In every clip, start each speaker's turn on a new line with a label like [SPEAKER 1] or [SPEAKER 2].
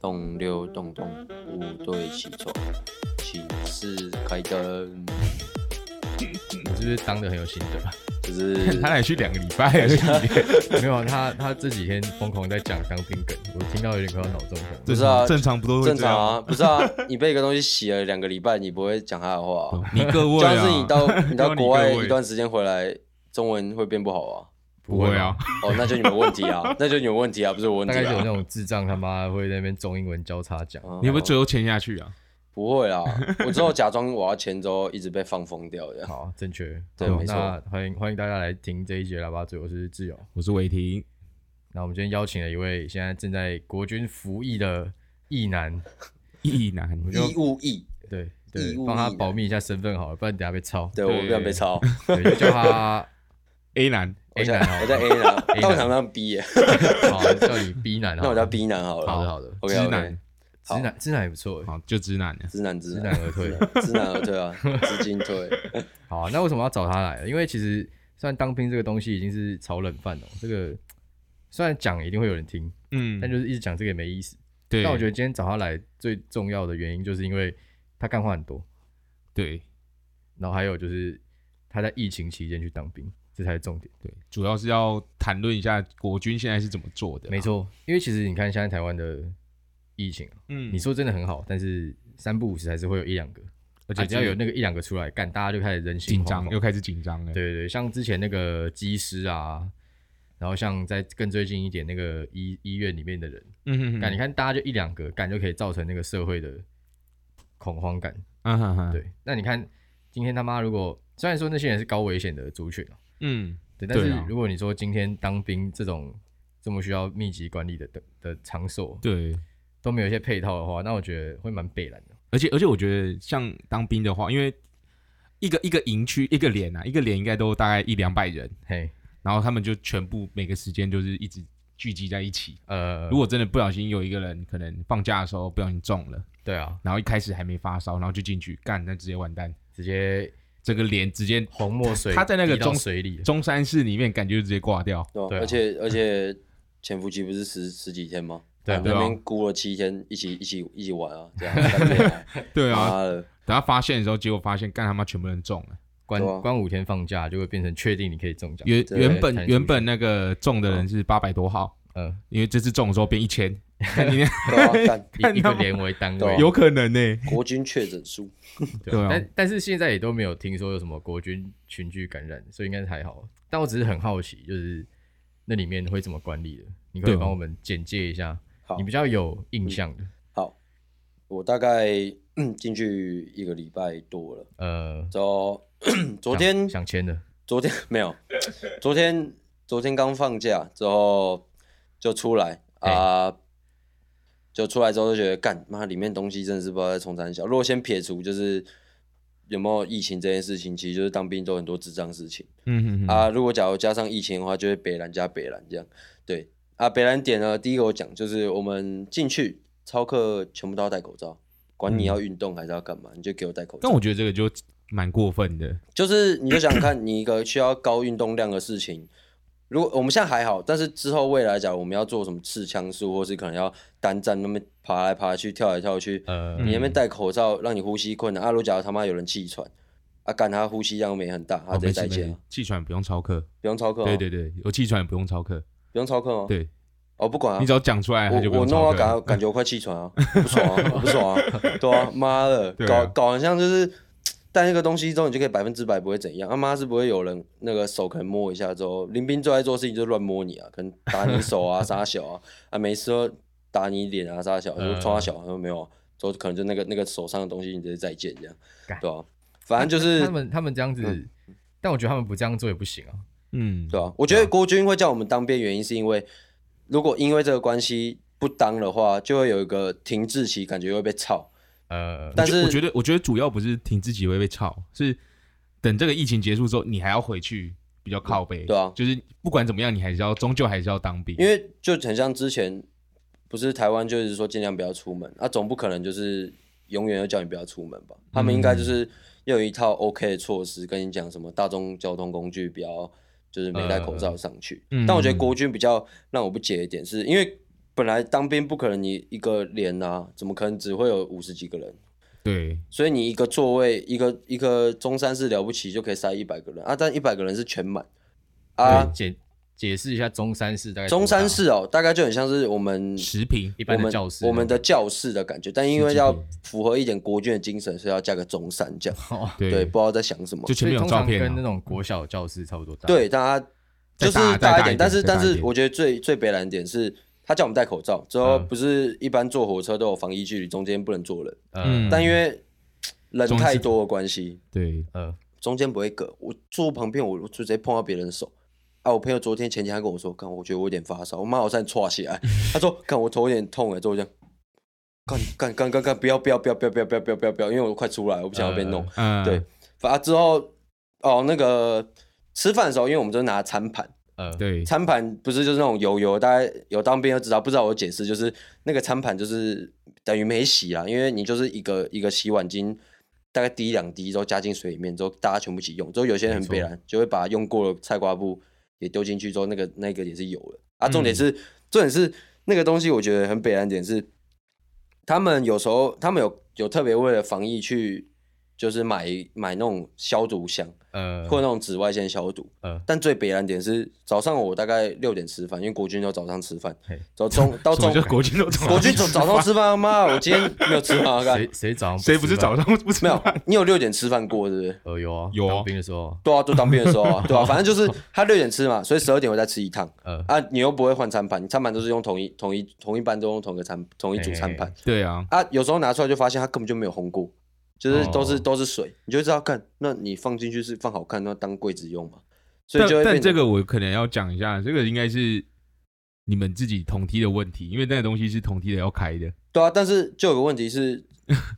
[SPEAKER 1] 咚六咚咚，五对起床，起是开灯，
[SPEAKER 2] 你是不是当的很有心 得啊？
[SPEAKER 1] 就是
[SPEAKER 2] 他才去两个礼拜而 已，没有啊他他这几天疯狂在讲当兵梗，我听到有点快要脑中风。
[SPEAKER 1] 不是啊
[SPEAKER 3] 正常不都会
[SPEAKER 1] 正
[SPEAKER 3] 这
[SPEAKER 1] 常
[SPEAKER 3] 样？
[SPEAKER 1] 啊，不是啊？你被一个东西洗了两个礼拜，你不会讲他的话啊、
[SPEAKER 3] 你各
[SPEAKER 1] 就
[SPEAKER 3] 位啊，
[SPEAKER 1] 像是你 到你
[SPEAKER 3] 各
[SPEAKER 1] 到
[SPEAKER 3] 位
[SPEAKER 1] 国外一段时间回来，中文会变不好啊。
[SPEAKER 3] 不会啊，
[SPEAKER 1] 哦，那就你们问题啊，那就你们问题啊，不是我问
[SPEAKER 2] 大
[SPEAKER 1] 题
[SPEAKER 2] 概就有那
[SPEAKER 1] 啊。
[SPEAKER 2] 种智障他妈会在那边中英文交 叉讲，
[SPEAKER 1] 嗯
[SPEAKER 3] 你有没有最后签下去啊？
[SPEAKER 1] 不会啦，我之后假装我要前周一直被放风掉的。
[SPEAKER 2] 好，正确。
[SPEAKER 1] 对
[SPEAKER 2] 好
[SPEAKER 1] 没错
[SPEAKER 2] 那欢迎欢迎大家来听这一节喇叭嘴，我是志友。
[SPEAKER 3] 我是伟霆，
[SPEAKER 2] 那我们今天邀请了一位现在正在国军服役的役男，
[SPEAKER 3] 意男，
[SPEAKER 2] 我就
[SPEAKER 1] 义务役，
[SPEAKER 2] 对对
[SPEAKER 1] 义务，役
[SPEAKER 2] 帮他
[SPEAKER 1] 男
[SPEAKER 2] 保密一下身份好了，不然等下被抄。
[SPEAKER 1] 对我不想被抄，
[SPEAKER 2] 对，就叫他
[SPEAKER 3] A 男，
[SPEAKER 1] 我
[SPEAKER 2] A
[SPEAKER 1] 想
[SPEAKER 2] 男好了，
[SPEAKER 1] 我叫 A 男，
[SPEAKER 2] 男
[SPEAKER 1] 但我想当 B 耶，
[SPEAKER 2] 好，叫你 B 男
[SPEAKER 1] 那
[SPEAKER 2] 好了，
[SPEAKER 1] 我叫 B 男好了。啊
[SPEAKER 2] 好的好的
[SPEAKER 1] OK
[SPEAKER 3] 直
[SPEAKER 1] OK，
[SPEAKER 3] 男
[SPEAKER 2] 直男直男也不错欸。
[SPEAKER 3] 好就直男了。
[SPEAKER 1] 直男直
[SPEAKER 2] 知
[SPEAKER 1] 男
[SPEAKER 2] 难而退。
[SPEAKER 1] 知难而退啊，知进退。
[SPEAKER 2] 好啊、那为什么要找他来？因为其实虽然当兵这个东西已经是炒冷饭了、哦这个虽然讲一定会有人听，
[SPEAKER 3] 嗯
[SPEAKER 2] 但就是一直讲这个也没意思。
[SPEAKER 3] 对，
[SPEAKER 2] 但我觉
[SPEAKER 3] 得
[SPEAKER 2] 得今天找他来最重要的原因，就是因为他干话很多，
[SPEAKER 3] 对
[SPEAKER 2] 然后还有就是他在疫情期间去当兵，这才是重点。
[SPEAKER 3] 对，主要是要谈论一下国军现在是怎么做的。啊
[SPEAKER 2] 没，错，因为其实你看现在台湾的疫情啊，
[SPEAKER 3] 嗯
[SPEAKER 2] 你说真的很好，但是三不五时还是会有一两个，而
[SPEAKER 3] 且
[SPEAKER 2] 且只要有那个一两个出来，干大家就开始人心
[SPEAKER 3] 啊紧
[SPEAKER 2] 惶
[SPEAKER 3] 张
[SPEAKER 2] 惶
[SPEAKER 3] 又开始紧张了。
[SPEAKER 2] 对对对，像之前那个机师啊，然后像在更最近一点那个医医院里面的人，
[SPEAKER 3] 嗯哼哼，
[SPEAKER 2] 感、你看大家就一两个，感就可以造成那个社会的恐慌感。
[SPEAKER 3] 嗯哼哼，，
[SPEAKER 2] 对，那你看今天他妈如果虽然说那些人是高危险的族群啊，
[SPEAKER 3] 嗯，
[SPEAKER 2] 对，但
[SPEAKER 3] 对
[SPEAKER 2] 是
[SPEAKER 3] 啊
[SPEAKER 2] 如果你说今天当兵这种这么需要密集管理的的的场所
[SPEAKER 3] 对，
[SPEAKER 2] 都没有一些配套的话，那我觉得会蛮北蓝的。
[SPEAKER 3] 而且而且我觉得像当兵的话，因为一个一个营区一个连啊，一个连应该都大概一两百人，
[SPEAKER 2] 嘿，
[SPEAKER 3] 然后他们就全部每个时间就是一直聚集在一起。
[SPEAKER 2] 呃
[SPEAKER 3] 如，果真的不小心有一个人可能放假的时候不小心中了，
[SPEAKER 2] 对啊，
[SPEAKER 3] 然后一开始还没发烧，然后就进去干，那直接完蛋，
[SPEAKER 2] 直接
[SPEAKER 3] 整个连直接
[SPEAKER 2] 红墨水
[SPEAKER 3] 他在那个
[SPEAKER 2] 滴到
[SPEAKER 3] 中
[SPEAKER 2] 水里了，
[SPEAKER 3] 中山市里面感觉就直接挂掉。
[SPEAKER 1] 对吧
[SPEAKER 2] 对啊
[SPEAKER 1] 而且而且潜伏期不是十十几天吗？
[SPEAKER 2] 对啊
[SPEAKER 1] 我们那边估了七天，一起一起一起玩啊，这样 三天啊。
[SPEAKER 3] 对啊，
[SPEAKER 1] 妈的，
[SPEAKER 3] 等他发现的时候，结果发现干他妈全部人中了，
[SPEAKER 2] 关
[SPEAKER 1] 对啊
[SPEAKER 2] 关五天放假就会变成确定你可以中奖。
[SPEAKER 3] 原
[SPEAKER 1] 对
[SPEAKER 3] 原
[SPEAKER 2] 弹
[SPEAKER 3] 本
[SPEAKER 2] 出去
[SPEAKER 3] 原本那个中的人是八百多号，
[SPEAKER 2] 嗯，
[SPEAKER 3] 因为这次中的时候变一千，看你
[SPEAKER 1] 对啊，干
[SPEAKER 3] 看
[SPEAKER 2] 一一
[SPEAKER 3] 他
[SPEAKER 2] 个
[SPEAKER 3] 们
[SPEAKER 2] 连为单
[SPEAKER 1] 对
[SPEAKER 2] 位
[SPEAKER 1] 啊，
[SPEAKER 3] 有可能欸呢、
[SPEAKER 1] 国军确诊数，
[SPEAKER 2] 对
[SPEAKER 3] 对啊
[SPEAKER 2] 但但是现在也都没有听说有什么国军群聚感染，所以应该是还好。但我只是很好奇，就是那里面会怎么管理的？你可
[SPEAKER 3] 对
[SPEAKER 2] 以
[SPEAKER 3] 啊
[SPEAKER 2] 帮我们简介一下，
[SPEAKER 1] 啊好
[SPEAKER 2] 你比较有印象的。
[SPEAKER 1] 好，我大概 嗯进去一个礼拜多了，
[SPEAKER 2] 呃，
[SPEAKER 1] 之后 昨天
[SPEAKER 2] 想签的，
[SPEAKER 1] 昨天 没有，昨天昨天刚放假之后就出来
[SPEAKER 2] 嘿
[SPEAKER 1] 啊、就出来之后就觉得干妈里面东西真的是不知道在冲三小。如果先撇除就是有没有疫情这件事情，其实就是当兵都很多智障事情、
[SPEAKER 3] 嗯哼哼，
[SPEAKER 1] 啊。如果假如加上疫情的话，就是北蓝加北蓝这样。对啊，北蓝点呢，第一个我讲就是我们进去操课全部都要戴口罩，管你要运动还是要干嘛，你就给我戴口罩
[SPEAKER 3] 但。我觉得这个就蛮过分的，
[SPEAKER 1] 就是你就想想看，你一个需要高运动量的事情，如果我们现在还好，但是之后未来讲我们要做什么刺枪术，或是可能要单站那么爬来爬去、跳来跳去，
[SPEAKER 3] 嗯
[SPEAKER 2] 呃，
[SPEAKER 1] 你那边戴口罩让你呼吸困难啊。如果假如他妈有人气喘，啊，干他呼吸量没很大，他
[SPEAKER 3] 哦
[SPEAKER 1] 直接
[SPEAKER 3] 没事
[SPEAKER 1] 再
[SPEAKER 3] 没
[SPEAKER 1] 见
[SPEAKER 3] 事
[SPEAKER 1] 啊，，
[SPEAKER 3] 气喘不用超课，
[SPEAKER 1] 不用操课、哦，
[SPEAKER 3] 对，对对，有气喘也不用超课，
[SPEAKER 1] 不用操课哦。，
[SPEAKER 3] 对
[SPEAKER 1] 哦不管啊
[SPEAKER 3] 你只，要讲出来他就不
[SPEAKER 1] 我我
[SPEAKER 3] 用
[SPEAKER 1] 弄
[SPEAKER 3] 超
[SPEAKER 1] 到
[SPEAKER 3] 课 了。
[SPEAKER 1] 感感觉我快气喘啊，我不爽 啊，我不爽啊，对啊，妈的，
[SPEAKER 3] 对啊
[SPEAKER 1] 搞搞很像就是带那个东西之后，你就可以百分之百不会怎样，他、妈是不会有人那个手可能摸一下之后，林斌最爱做的事情就是乱摸你啊，可能打你手啊、杀小 啊，啊没事哦打你脸啊、杀小，就
[SPEAKER 2] 嗯
[SPEAKER 1] 冲他小，他说没有啊，之后可能就那个那个手上的东西你直接再见这样
[SPEAKER 2] 干，
[SPEAKER 1] 对啊，反正就是
[SPEAKER 2] 他们他们这样子，
[SPEAKER 1] 嗯
[SPEAKER 2] 但我觉得他们不这样做也不行啊。
[SPEAKER 3] 嗯，
[SPEAKER 1] 对啊，我觉得国军会叫我们当兵，原因是因为如果因为这个关系不当的话，就会有一个停滞期，感觉会被操。
[SPEAKER 2] 呃，
[SPEAKER 1] 但是
[SPEAKER 3] 我觉得我觉得主要不是挺自己会被操，是等这个疫情结束之后，你还要回去比较靠背。
[SPEAKER 1] 对啊
[SPEAKER 3] 就是不管怎么样，你还是要终究还是要当兵。
[SPEAKER 1] 因为就很像之前，不是台湾就是说尽量不要出门，啊，总不可能就是永远要叫你不要出门吧？他们应
[SPEAKER 3] 嗯
[SPEAKER 1] 该就是要有一套 OK 的措施，跟你讲什么大众交通工具不要就是没戴口罩上去。
[SPEAKER 3] 嗯
[SPEAKER 1] 但我觉得国军比较让我不解的点是，因为本来当兵不可能你一个连啊，怎么可能只会有五十几个人？
[SPEAKER 3] 对，
[SPEAKER 1] 所以你一个座位，一个一个中山是了不起就可以塞一百个人啊，但一百个人是全满啊
[SPEAKER 2] 对。解解释一下中山市大概
[SPEAKER 1] 中山
[SPEAKER 2] 市
[SPEAKER 1] 市哦，大概就很像是我们
[SPEAKER 3] 十平
[SPEAKER 2] 一
[SPEAKER 1] 我
[SPEAKER 2] 般的
[SPEAKER 1] 们
[SPEAKER 2] 教室，
[SPEAKER 1] 我们的教室的感觉，但因为要符合一点国军的精神，所以要加个中山这样。
[SPEAKER 2] 哦，
[SPEAKER 3] 对
[SPEAKER 1] 对，不知道在想什么
[SPEAKER 3] 就。
[SPEAKER 2] 所
[SPEAKER 3] 前
[SPEAKER 2] 以
[SPEAKER 3] 面有
[SPEAKER 2] 通
[SPEAKER 3] 照
[SPEAKER 2] 常
[SPEAKER 3] 片
[SPEAKER 2] 跟
[SPEAKER 3] 啊
[SPEAKER 2] 那种国小教室差不多大。
[SPEAKER 1] 对，大家
[SPEAKER 3] 再
[SPEAKER 1] 就是
[SPEAKER 3] 大再大
[SPEAKER 1] 大
[SPEAKER 3] 一
[SPEAKER 1] 一点，
[SPEAKER 3] 点
[SPEAKER 1] 但是
[SPEAKER 3] 再大
[SPEAKER 1] 但
[SPEAKER 3] 一
[SPEAKER 1] 是
[SPEAKER 3] 点
[SPEAKER 1] 我觉得最最北蓝的点是，他叫我们戴口罩之后，
[SPEAKER 2] 嗯
[SPEAKER 1] 不是一般坐火车都有防疫距离，中间不能坐人，
[SPEAKER 2] 呃，
[SPEAKER 3] 嗯
[SPEAKER 1] 但因为人
[SPEAKER 3] 中间
[SPEAKER 1] 太
[SPEAKER 3] 是
[SPEAKER 1] 多的关系，
[SPEAKER 3] 对，
[SPEAKER 2] 呃，
[SPEAKER 1] 中间不会隔，我坐旁边我我就直接碰到别人的手。啊！我朋友昨天前天还跟我说，看我觉得我有点发烧，我妈我差点岔起来。他说，看我头有点痛哎，之后我就这样，干干干干干，不要不要不要不要不要不要不要不要不要，因为我快出来，我不想要被弄。
[SPEAKER 3] 嗯，
[SPEAKER 1] 对，反啊正之后哦，那个吃饭的时候，因为我们就拿餐盘，
[SPEAKER 2] 呃，
[SPEAKER 3] 对，
[SPEAKER 1] 餐盘不是就是那种油油，大家有当兵都知道，不知道我解释就是那个餐盘就是等于没洗啦，因为你就是一个一个洗碗巾，大概滴两滴之后加进水里面之后，大家全部一起用，之后有些人很
[SPEAKER 2] 没错
[SPEAKER 1] 悲然就会把用过的菜瓜布也丢进去之后，那个那个也是油了啊。重点是、重点是那个东西，我觉得很北然点是，他们有时候他们有有特别为了防疫去就是买买那种消毒箱
[SPEAKER 2] 呃，
[SPEAKER 1] 或那种紫外线消毒。
[SPEAKER 2] 呃，
[SPEAKER 1] 但最北蓝点是早上我大概六点吃饭，因为国军要早上吃饭
[SPEAKER 2] 嘿，
[SPEAKER 1] 早 中到
[SPEAKER 3] 什么
[SPEAKER 1] 中
[SPEAKER 3] 叫国军都懂啊
[SPEAKER 1] 国军早早上吃饭啊妈，我今天没有吃 饭啊，干
[SPEAKER 2] 谁谁早上
[SPEAKER 3] 谁不是
[SPEAKER 2] 吃饭
[SPEAKER 3] 早上不吃
[SPEAKER 1] 没有
[SPEAKER 3] 饭？，
[SPEAKER 1] 你有六点吃饭过对不对？
[SPEAKER 2] 呃有啊
[SPEAKER 3] 有啊
[SPEAKER 2] 当兵的时候
[SPEAKER 1] 对啊，就当兵的时候 啊，对啊，反正就是他六点吃嘛，所以十二点我再吃一趟
[SPEAKER 2] 呃
[SPEAKER 1] 啊，你又不会换餐盘，你餐盘都是用同一同一同一班都用同一个餐同一组餐盘
[SPEAKER 3] 对啊，
[SPEAKER 1] 啊，有时候拿出来就发现它根本就没有烘过，就是都是
[SPEAKER 2] 哦
[SPEAKER 1] 都是水，你就知道看，那你放进去是放好看，那当柜子用嘛，所以
[SPEAKER 3] 但
[SPEAKER 1] 就会
[SPEAKER 3] 但
[SPEAKER 1] 变
[SPEAKER 3] 这
[SPEAKER 1] 成
[SPEAKER 3] 个我可能要讲一下，这个应该是你们自己同梯的问题，因为那个东西是同梯的要开的，
[SPEAKER 1] 对啊，但是就有个问题 是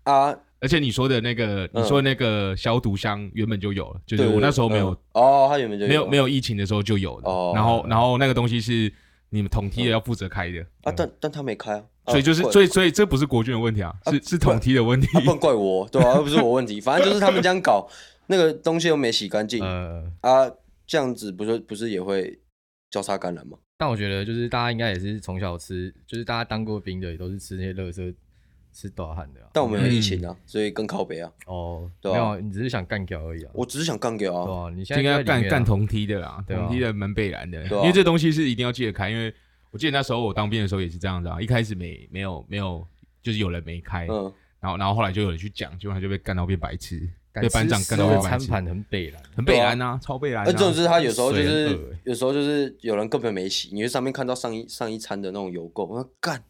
[SPEAKER 1] 啊。
[SPEAKER 3] 而且你说的那个，
[SPEAKER 1] 嗯
[SPEAKER 3] 你说的那个消毒箱原本就有了，就
[SPEAKER 1] 对
[SPEAKER 3] 是
[SPEAKER 1] 对
[SPEAKER 3] 我那
[SPEAKER 1] 对
[SPEAKER 3] 时候没有
[SPEAKER 1] 嗯哦，他原本就
[SPEAKER 3] 没有没
[SPEAKER 1] 有
[SPEAKER 3] 有疫情的时候就有的
[SPEAKER 1] 哦，嗯
[SPEAKER 3] 然后然后那个东西是你们同梯的要负责开的，
[SPEAKER 1] 啊，但但他没开啊，
[SPEAKER 3] 所以就是
[SPEAKER 1] 啊
[SPEAKER 3] 所以所以这不是国军的问题啊，
[SPEAKER 1] 啊
[SPEAKER 3] 是是同梯的问题，
[SPEAKER 1] 不能怪我，对吧、啊？又不是我问题，反正就是他们这样搞，那个东西又没洗干
[SPEAKER 3] 嗯
[SPEAKER 1] 净
[SPEAKER 2] 呃，
[SPEAKER 1] 啊，这样子不是不是也会交叉感染吗？
[SPEAKER 2] 但我觉得就是大家应该也是从小吃，就是大家当过兵的也都是吃那些垃圾吃大汗的啊。
[SPEAKER 1] 但我们有疫情啊，所以更靠北
[SPEAKER 3] 嗯
[SPEAKER 1] 啊。
[SPEAKER 2] 哦，
[SPEAKER 1] 对啊
[SPEAKER 2] 没有啊，你只是想干掉而已啊。
[SPEAKER 1] 我只是想干掉
[SPEAKER 2] 对
[SPEAKER 1] 啊，
[SPEAKER 2] 啊，你现在
[SPEAKER 3] 应该要
[SPEAKER 2] 就在里
[SPEAKER 3] 干
[SPEAKER 2] 面啊
[SPEAKER 3] 干同梯的啦，
[SPEAKER 2] 对啊
[SPEAKER 3] 同梯的蛮北蓝的，
[SPEAKER 1] 对啊
[SPEAKER 3] 因为这东西是一定要记得开，因为我记得那时候我当兵的时候也是这样子啊，一开始没没有没有就是有人没开，
[SPEAKER 1] 嗯，
[SPEAKER 3] 然后然后后来就有人去讲，结果他就被干到变白痴，
[SPEAKER 2] 干
[SPEAKER 3] 被班长
[SPEAKER 2] 吃
[SPEAKER 3] 干到变
[SPEAKER 2] 死
[SPEAKER 3] 白
[SPEAKER 2] 餐
[SPEAKER 3] 痴，
[SPEAKER 2] 盘很北蓝，
[SPEAKER 3] 很北蓝啊，超北蓝
[SPEAKER 1] 那
[SPEAKER 3] 啊，
[SPEAKER 1] 这种是他有时候就
[SPEAKER 2] 水很恶
[SPEAKER 1] 是
[SPEAKER 2] 欸
[SPEAKER 1] 有时候就是有人根本没洗，你会上面看到上一上一餐的那种油垢，我说干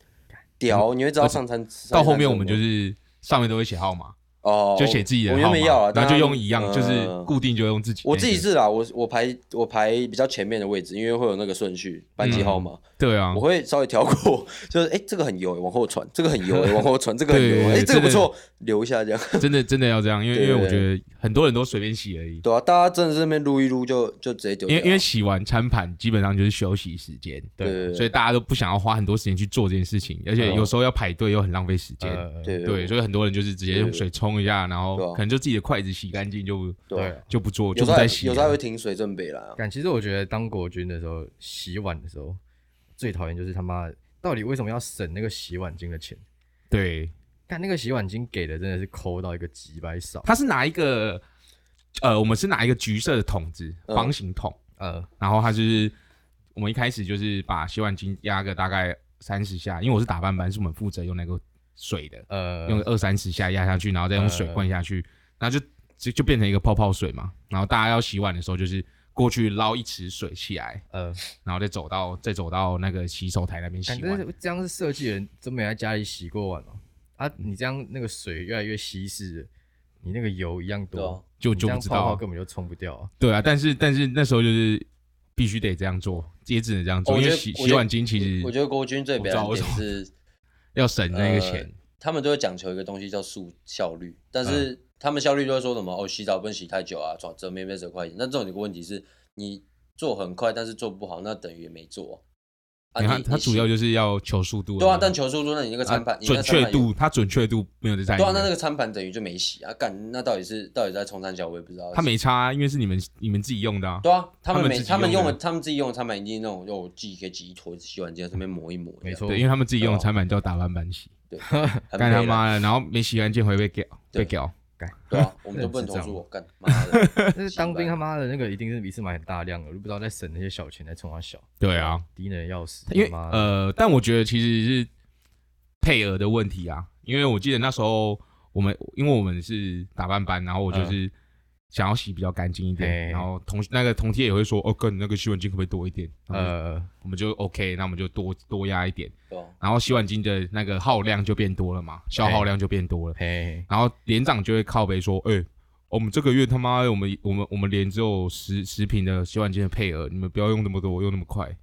[SPEAKER 1] 屌，你会知道上餐
[SPEAKER 3] 嗯到后面我们就
[SPEAKER 1] 上一餐
[SPEAKER 3] 是上面都会写号码，
[SPEAKER 1] 什么哦，
[SPEAKER 3] 就写自己的
[SPEAKER 1] 我
[SPEAKER 3] 号
[SPEAKER 1] 原
[SPEAKER 3] 码
[SPEAKER 1] 本要啊，，
[SPEAKER 3] 然
[SPEAKER 1] 但
[SPEAKER 3] 后就
[SPEAKER 1] 他
[SPEAKER 3] 用
[SPEAKER 1] 们
[SPEAKER 3] 一样，就是
[SPEAKER 1] 嗯
[SPEAKER 3] 固定就用自己那个。
[SPEAKER 1] 我自己是啦，我我排我排比较前面的位置，因为会有那个顺序班级号码，
[SPEAKER 3] 对啊
[SPEAKER 1] 我，会稍微调过，就是哎、诶这个很油、往后传，这个很油、 往后传，这个很油、哎、
[SPEAKER 3] 对
[SPEAKER 1] 这个不
[SPEAKER 3] 真的
[SPEAKER 1] 错，留一下这样，
[SPEAKER 3] 真的真的要这样，因为
[SPEAKER 1] 对
[SPEAKER 3] 因为我
[SPEAKER 1] 对
[SPEAKER 3] 觉得很多人都随便洗而已，
[SPEAKER 1] 对啊，大家真的是那边撸一撸就就直接丢
[SPEAKER 3] 因
[SPEAKER 1] 掉
[SPEAKER 3] 为因为洗完餐盘基本上就是休息时间，
[SPEAKER 1] 对对对啊
[SPEAKER 3] 所以大家都不想要花很多时间去做这件事情，而且有时候要排队又很浪费时间，
[SPEAKER 2] 呃，
[SPEAKER 1] 对
[SPEAKER 3] 对，所以很多人就是直接用水冲一下，然
[SPEAKER 1] 对
[SPEAKER 3] 后
[SPEAKER 1] 啊
[SPEAKER 3] 可能就自己的筷子洗干净就
[SPEAKER 1] 对
[SPEAKER 2] 对
[SPEAKER 1] 啊
[SPEAKER 2] 啊。
[SPEAKER 3] 就不做，就
[SPEAKER 1] 有时候
[SPEAKER 3] 不
[SPEAKER 1] 还
[SPEAKER 3] 再
[SPEAKER 1] 有
[SPEAKER 3] 洗
[SPEAKER 1] 时候还
[SPEAKER 3] 了。
[SPEAKER 1] 会停水正北啦，
[SPEAKER 2] 但其实我觉得当国军的时候，洗碗的时候最讨厌就是他妈到底为什么要省那个洗碗巾的钱？
[SPEAKER 3] 对，
[SPEAKER 2] 看那个洗碗巾给的真的是抠到一个几百少，
[SPEAKER 3] 他是拿一个呃，我们是拿一个橘色的桶子，
[SPEAKER 1] 嗯
[SPEAKER 3] 方形桶。
[SPEAKER 2] 呃，
[SPEAKER 3] 然后他就是我们一开始就是把洗碗巾压个大概三十下，因为我是打半班，是我们负责用那个水的，
[SPEAKER 2] 呃，
[SPEAKER 3] 用二三十下压下去，然后再用水灌下去，
[SPEAKER 1] 呃
[SPEAKER 3] 然后就就就变成一个泡泡水嘛。然后大家要洗碗的时候，就是过去捞一池水起来，
[SPEAKER 2] 呃，
[SPEAKER 3] 然后再走到再走到那个洗手台那边
[SPEAKER 2] 感
[SPEAKER 3] 洗
[SPEAKER 2] 觉
[SPEAKER 3] 碗。
[SPEAKER 2] 是这样是设计人都没在家里洗过碗哦。啊，你这样那个水越来越稀释了，你那个油一样
[SPEAKER 1] 对啊
[SPEAKER 2] 多，
[SPEAKER 3] 就
[SPEAKER 2] 你这
[SPEAKER 3] 就
[SPEAKER 2] 样
[SPEAKER 3] 不知道
[SPEAKER 2] 泡泡
[SPEAKER 3] 啊，
[SPEAKER 2] 根本就冲不掉啊。
[SPEAKER 3] 对啊，但是但是那时候就是必须得这样做，也只能这样做，
[SPEAKER 1] 哦我
[SPEAKER 3] 因
[SPEAKER 1] 觉
[SPEAKER 3] 为
[SPEAKER 1] 得
[SPEAKER 3] 洗
[SPEAKER 1] 我觉得
[SPEAKER 3] 洗碗巾其实
[SPEAKER 1] 我觉得国军最北蓝点是
[SPEAKER 3] 要省那个钱，
[SPEAKER 1] 他们都会讲求一个东西叫速效率，但是
[SPEAKER 3] 嗯
[SPEAKER 1] 他们效率都会说什么哦，洗澡不能洗太久啊，折折棉被折快一点。那这种有个问题是，你做很快，但是做不好，那等于也没做啊、啊
[SPEAKER 3] 你看
[SPEAKER 1] 你
[SPEAKER 3] 它主要就是要求速度嘛，
[SPEAKER 1] 对啊，但球速说那你那个
[SPEAKER 3] 啊
[SPEAKER 1] 餐盘，你那
[SPEAKER 3] 准
[SPEAKER 1] 个餐盘
[SPEAKER 3] 确
[SPEAKER 1] 有
[SPEAKER 3] 度，它准确度没有在里
[SPEAKER 1] 对啊，
[SPEAKER 3] 面，
[SPEAKER 1] 那那个餐盘等于就没洗啊，干那到底是到底在冲三小，我也不知道。
[SPEAKER 3] 它没差啊，因为是你们你们自己用的啊。
[SPEAKER 1] 对啊，他
[SPEAKER 3] 他
[SPEAKER 1] 们
[SPEAKER 3] 们
[SPEAKER 1] 没
[SPEAKER 3] 自己
[SPEAKER 1] 他们
[SPEAKER 3] 用
[SPEAKER 1] 用
[SPEAKER 3] 的
[SPEAKER 1] 的他们自己用的餐盘一定那种就我自己可以挤一坨洗碗巾，顺便磨一磨这样。
[SPEAKER 2] 没错。
[SPEAKER 3] 对，因为他们自己用的
[SPEAKER 1] 对啊
[SPEAKER 3] 餐板叫打板板洗，
[SPEAKER 1] 很
[SPEAKER 3] 干他
[SPEAKER 1] 美啦
[SPEAKER 3] 妈的，然后没洗干净回被屌，
[SPEAKER 1] 对
[SPEAKER 3] 被屌，
[SPEAKER 1] 对啊，我 们都不能
[SPEAKER 3] 这
[SPEAKER 1] 投
[SPEAKER 3] 样
[SPEAKER 1] 诉我，干妈的
[SPEAKER 2] 但是当兵他妈的那个一定是一次买很大量的，我就不知道在省那些小钱在冲他小，
[SPEAKER 3] 对啊，
[SPEAKER 2] 低能的要死。
[SPEAKER 3] 因为
[SPEAKER 2] 他妈的
[SPEAKER 3] 呃，但我觉得其实是配额的问题啊，因为我记得那时候我们，因为我们是打扮班，然后我就
[SPEAKER 2] 嗯
[SPEAKER 3] 是想要洗比较干净一点，
[SPEAKER 2] 嘿
[SPEAKER 3] 然后同那个同梯也会说，哦，哥，你那个洗碗巾可不可以多一点？呃，
[SPEAKER 2] 呃，
[SPEAKER 3] 我们就 OK，那我们就多多压一点，
[SPEAKER 1] 对啊，
[SPEAKER 3] 然后洗碗巾的那个耗量就变多了嘛，消耗量就变多了，
[SPEAKER 2] 嘿，
[SPEAKER 3] 然后连长就会靠背说，哎、我们这个月他妈的，我们我们我们连只有十十瓶的洗碗巾的配额，你们不要用那么多，用那么快。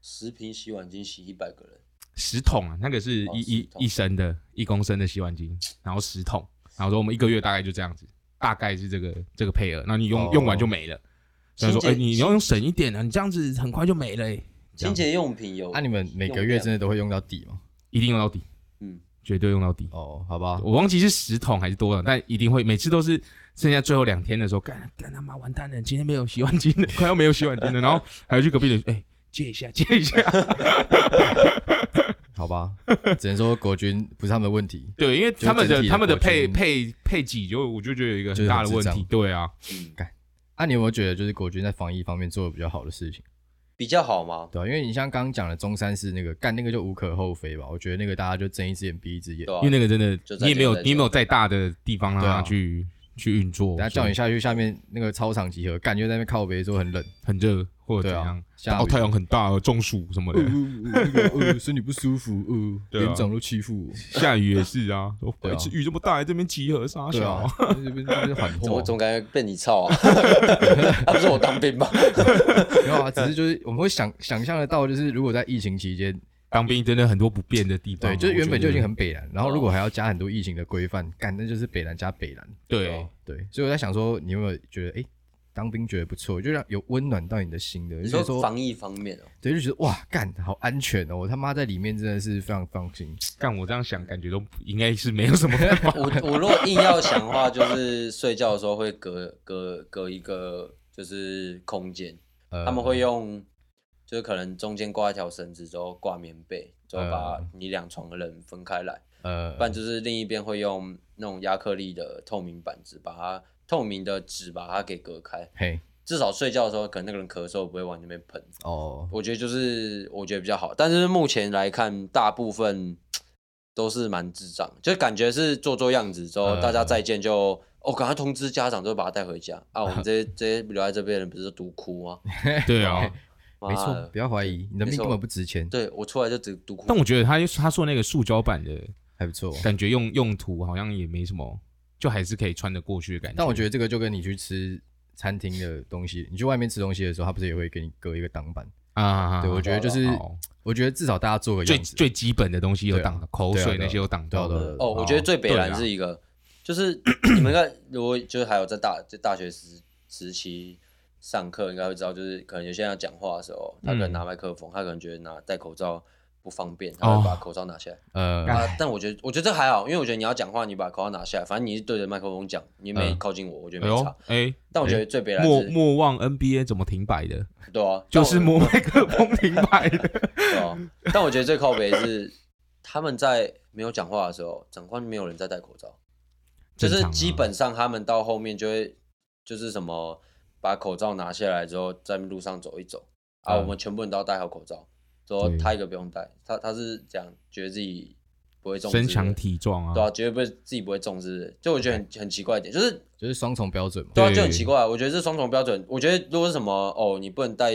[SPEAKER 1] 十瓶洗碗巾洗一百个人，
[SPEAKER 3] 十桶啊，那个是
[SPEAKER 1] 哦
[SPEAKER 3] 一
[SPEAKER 1] 十
[SPEAKER 3] 一
[SPEAKER 1] 桶
[SPEAKER 3] 一升的，一公升的洗碗巾，然后十桶，然后说我们一个月大概就这样子，大概是这个这个配额，那你用、
[SPEAKER 2] 哦
[SPEAKER 3] 用完就没了。所以说，
[SPEAKER 1] 清洁
[SPEAKER 3] 哎、你要用省一点啊，你这样子很快就没了、欸，这
[SPEAKER 1] 清
[SPEAKER 3] 样
[SPEAKER 1] 洁用品有。
[SPEAKER 2] 啊那、你们每个月真的都会用到底吗？
[SPEAKER 3] 一定用到底，
[SPEAKER 1] 嗯，
[SPEAKER 3] 绝对用到底。
[SPEAKER 2] 哦，好吧，
[SPEAKER 3] 我忘记是十桶还是多少，但一定会，每次都是剩下最后两天的时候，干干他妈完蛋了，今天没有洗碗巾了，快要没有洗碗巾了，然后还要去隔壁的，哎、借一下，借一下。
[SPEAKER 2] 好吧，只能说国军不是他们的问题。
[SPEAKER 3] 对，因为
[SPEAKER 2] 是
[SPEAKER 3] 他们
[SPEAKER 2] 整
[SPEAKER 3] 的
[SPEAKER 2] 体的
[SPEAKER 3] 他们的
[SPEAKER 2] 国
[SPEAKER 3] 配
[SPEAKER 2] 军
[SPEAKER 3] 配配给就我就觉得有一个
[SPEAKER 2] 就
[SPEAKER 3] 很
[SPEAKER 2] 是
[SPEAKER 3] 大
[SPEAKER 2] 很
[SPEAKER 3] 的
[SPEAKER 2] 智
[SPEAKER 3] 问
[SPEAKER 2] 障
[SPEAKER 3] 题，对啊，
[SPEAKER 1] 嗯
[SPEAKER 2] 啊，你有没有觉得就是国军在防疫方面做的比较好的事情？
[SPEAKER 1] 比较好嘛。
[SPEAKER 2] 对啊，因为你像刚刚讲的中山市那个干那个就无可厚非吧，我觉得那个大家就睁一只眼闭一只眼
[SPEAKER 1] 对，啊，
[SPEAKER 3] 因为那个真
[SPEAKER 1] 就
[SPEAKER 3] 的
[SPEAKER 1] 在
[SPEAKER 3] 你也没有
[SPEAKER 1] 就在
[SPEAKER 3] 你也没有再大的地方让
[SPEAKER 2] 对啊
[SPEAKER 3] 它去去运作，
[SPEAKER 2] 等下叫你
[SPEAKER 3] 所
[SPEAKER 2] 下去下面那个操场集合，干就在那边靠北说很冷，
[SPEAKER 3] 以很热或者
[SPEAKER 2] 对
[SPEAKER 3] 怎
[SPEAKER 2] 啊
[SPEAKER 3] 样，
[SPEAKER 2] 下
[SPEAKER 3] 哦
[SPEAKER 2] 雨嗯
[SPEAKER 3] 太阳很大，中暑什么的，
[SPEAKER 2] 呃，身体不舒服，呃，
[SPEAKER 3] 对啊
[SPEAKER 2] 连长都欺负我，
[SPEAKER 3] 下雨也是啊，说
[SPEAKER 2] 对啊
[SPEAKER 3] 白痴雨这么大，还这边集合啥
[SPEAKER 2] 对
[SPEAKER 3] 小
[SPEAKER 2] 啊
[SPEAKER 3] 啊？，
[SPEAKER 2] 这边这边啊喊
[SPEAKER 1] 怎么
[SPEAKER 2] 话，
[SPEAKER 1] 总感觉被你操 啊？他不是我当兵吗？
[SPEAKER 2] 没有啊，只是就是我们会想想象得到，就是如果在疫情期间，
[SPEAKER 3] 当兵真的很多不便的地方啊，
[SPEAKER 2] 对，就是
[SPEAKER 3] 我
[SPEAKER 2] 原本
[SPEAKER 3] 觉
[SPEAKER 2] 就已经
[SPEAKER 3] 得哦
[SPEAKER 2] 很北蓝，然后如果还要加很多疫情的规范，干那就是北蓝加北蓝，
[SPEAKER 3] 对，
[SPEAKER 2] 对，啊所以我在想说，你有没有觉得，哎，当兵觉得不错，就让有温暖到你的心的，
[SPEAKER 1] 你
[SPEAKER 2] 就
[SPEAKER 1] 说
[SPEAKER 2] 是 说，
[SPEAKER 1] 防疫方面哦，。
[SPEAKER 2] 对，就觉得哇，干好安全哦，我他妈在里面真的是非常放心，
[SPEAKER 3] 干我这样想，感觉都应该是没有什么办法
[SPEAKER 1] 我我如果硬要想的话，就是睡觉的时候会隔 隔隔一个就是空间，
[SPEAKER 2] 呃
[SPEAKER 1] 他们会用，就是可能中间挂一条绳子之后挂棉被，就把
[SPEAKER 2] 嗯
[SPEAKER 1] 你两床的人分开来，
[SPEAKER 2] 呃
[SPEAKER 1] 不然就是另一边会用那种亚克力的透明板子把它透明的纸把它给隔开，
[SPEAKER 2] 嘿
[SPEAKER 1] 至少睡觉的时候可能那个人咳嗽不会往那边喷。
[SPEAKER 2] 哦，
[SPEAKER 1] 我觉得就是我觉得比较好，但是目前来看，大部分都是蛮智障，就感觉是做做样子之后，
[SPEAKER 2] 嗯
[SPEAKER 1] 大家再见就哦，赶快通知家长，就把他带回家啊。我们 这些这些留在这边的人不是独哭吗？
[SPEAKER 3] 对啊，
[SPEAKER 1] 妈
[SPEAKER 2] 没错
[SPEAKER 1] 的，
[SPEAKER 2] 不要怀疑，你的命
[SPEAKER 1] 没错
[SPEAKER 2] 根本不值钱，
[SPEAKER 1] 对我出来就只独哭
[SPEAKER 3] 但。我觉得他他说那个塑胶板的
[SPEAKER 2] 还不错。
[SPEAKER 3] 感觉用用途好像也没什么，就还是可以穿得过去的感觉。
[SPEAKER 2] 但我觉得这个就跟你去吃餐厅的东西，你去外面吃东西的时候，他不是也会给你隔一个挡板？
[SPEAKER 3] 啊，
[SPEAKER 2] 对，我觉得就是，
[SPEAKER 3] 好
[SPEAKER 2] 我觉得至少大家做个
[SPEAKER 3] 最
[SPEAKER 2] 样子。
[SPEAKER 3] 最基本的东西有挡
[SPEAKER 2] 对
[SPEAKER 3] 到
[SPEAKER 2] 啊，
[SPEAKER 3] 口
[SPEAKER 2] 对啊
[SPEAKER 3] 水
[SPEAKER 2] 对啊
[SPEAKER 3] 那些有挡到
[SPEAKER 2] 对啊对啊
[SPEAKER 3] 的
[SPEAKER 2] 对。
[SPEAKER 1] 哦，我觉得最北
[SPEAKER 3] 对
[SPEAKER 1] 蓝
[SPEAKER 3] 啊
[SPEAKER 1] 是一个，就是 你们看，如果就是还有在大在大学时时期上课，应该会知道，就是可能有些人要讲话的时候，他可能
[SPEAKER 3] 嗯
[SPEAKER 1] 拿麦克风，他可能觉得拿戴口罩不方便，他会把
[SPEAKER 3] 哦哎
[SPEAKER 1] 口罩拿下来。
[SPEAKER 2] 呃，
[SPEAKER 3] 干
[SPEAKER 1] 啊，但我觉得我觉得这还好，因为我觉得你要讲话，你把口罩拿下来，反正你是对着麦克风讲，你没
[SPEAKER 3] 嗯
[SPEAKER 1] 靠近我，我觉得
[SPEAKER 3] 哎
[SPEAKER 1] 没
[SPEAKER 3] 呦
[SPEAKER 1] 差。，
[SPEAKER 3] 哎，
[SPEAKER 1] 但我觉得最北蓝
[SPEAKER 3] 莫
[SPEAKER 1] 是，
[SPEAKER 3] 莫忘 NBA 怎么停摆的，
[SPEAKER 1] 对啊，但
[SPEAKER 3] 就
[SPEAKER 1] 我
[SPEAKER 3] 是摸麦克风停摆的。
[SPEAKER 1] 对啊。但我觉得最靠北是 他们在没有讲话的时候，长官没有人在戴口罩，就
[SPEAKER 3] 正
[SPEAKER 1] 是
[SPEAKER 3] 常啊
[SPEAKER 1] 基本上他们到后面就会就是什么把口罩拿下来之后，在路上走一走啊，
[SPEAKER 2] 嗯
[SPEAKER 1] 我们全部人都要戴好口罩，说
[SPEAKER 3] 对
[SPEAKER 1] 他一个不用戴，他他是讲觉得自己不会中
[SPEAKER 3] 身
[SPEAKER 1] 之类
[SPEAKER 3] 强
[SPEAKER 1] 的
[SPEAKER 3] 体壮
[SPEAKER 1] 对啊，
[SPEAKER 3] 啊，
[SPEAKER 1] 绝对不会自己不会中之类的，就我觉得很很奇怪一点，就是
[SPEAKER 2] 就是双重标准嘛。
[SPEAKER 1] 对啊，
[SPEAKER 3] 对
[SPEAKER 1] 就很奇怪。我觉得这双重标准，我觉得如果是什么哦，你不能带，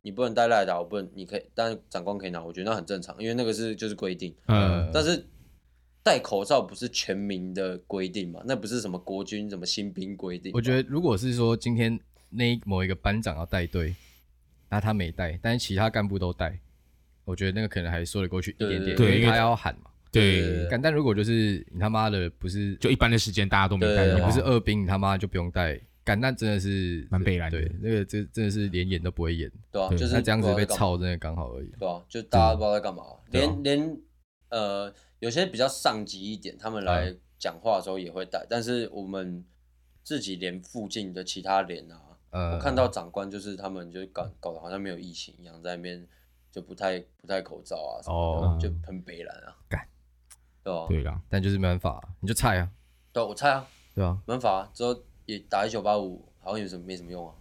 [SPEAKER 1] 你不能带赖打，我不能，你可以，但是长官可以拿，我觉得那很正常，因为那个是就是规定。
[SPEAKER 3] 嗯，
[SPEAKER 1] 但是戴口罩不是全民的规定嘛？那不是什么国军什么新兵规定嘛？
[SPEAKER 2] 我觉得如果是说今天那一某一个班长要带队，那他没带，但是其他干部都带，我觉得那个可能还说得过去一点
[SPEAKER 1] 对
[SPEAKER 2] 点，
[SPEAKER 1] 对对
[SPEAKER 2] 因为
[SPEAKER 3] 因为
[SPEAKER 2] 他要喊嘛。
[SPEAKER 3] 对，
[SPEAKER 2] 干，但如果就是你他妈的不是
[SPEAKER 3] 就一般的时间大家都没
[SPEAKER 1] 对
[SPEAKER 3] 戴
[SPEAKER 1] 对
[SPEAKER 3] 的
[SPEAKER 2] 你
[SPEAKER 1] 对
[SPEAKER 3] 话
[SPEAKER 2] 不是，二兵，你他妈就不用带干那真的是
[SPEAKER 3] 蛮北蓝的
[SPEAKER 2] 对，那个这真的是连演都不会演，
[SPEAKER 1] 对啊，
[SPEAKER 3] 对
[SPEAKER 1] 就是
[SPEAKER 2] 那这样子被
[SPEAKER 1] 不知道在干嘛，
[SPEAKER 2] 操真的刚好而已。
[SPEAKER 1] 对啊，就大家不知道在干嘛，
[SPEAKER 3] 对啊
[SPEAKER 1] 连连呃有些比较上级一点，
[SPEAKER 2] 嗯
[SPEAKER 1] 他们来讲话的时候也会带，但是我们自己连附近的其他连啊，
[SPEAKER 2] 呃，
[SPEAKER 1] 我看到长官就是他们就搞搞得好像没有疫情一样，在那边就不太不戴口罩啊什么
[SPEAKER 2] 哦
[SPEAKER 1] 的，就很北蓝啊，
[SPEAKER 2] 干，
[SPEAKER 1] 对啊，
[SPEAKER 3] 对啦，
[SPEAKER 2] 但就是没办法、你就菜啊，
[SPEAKER 1] 对啊，我猜啊，
[SPEAKER 2] 对啊，
[SPEAKER 1] 没办法啊，之后也打一九八五，好像有什么没什么用啊，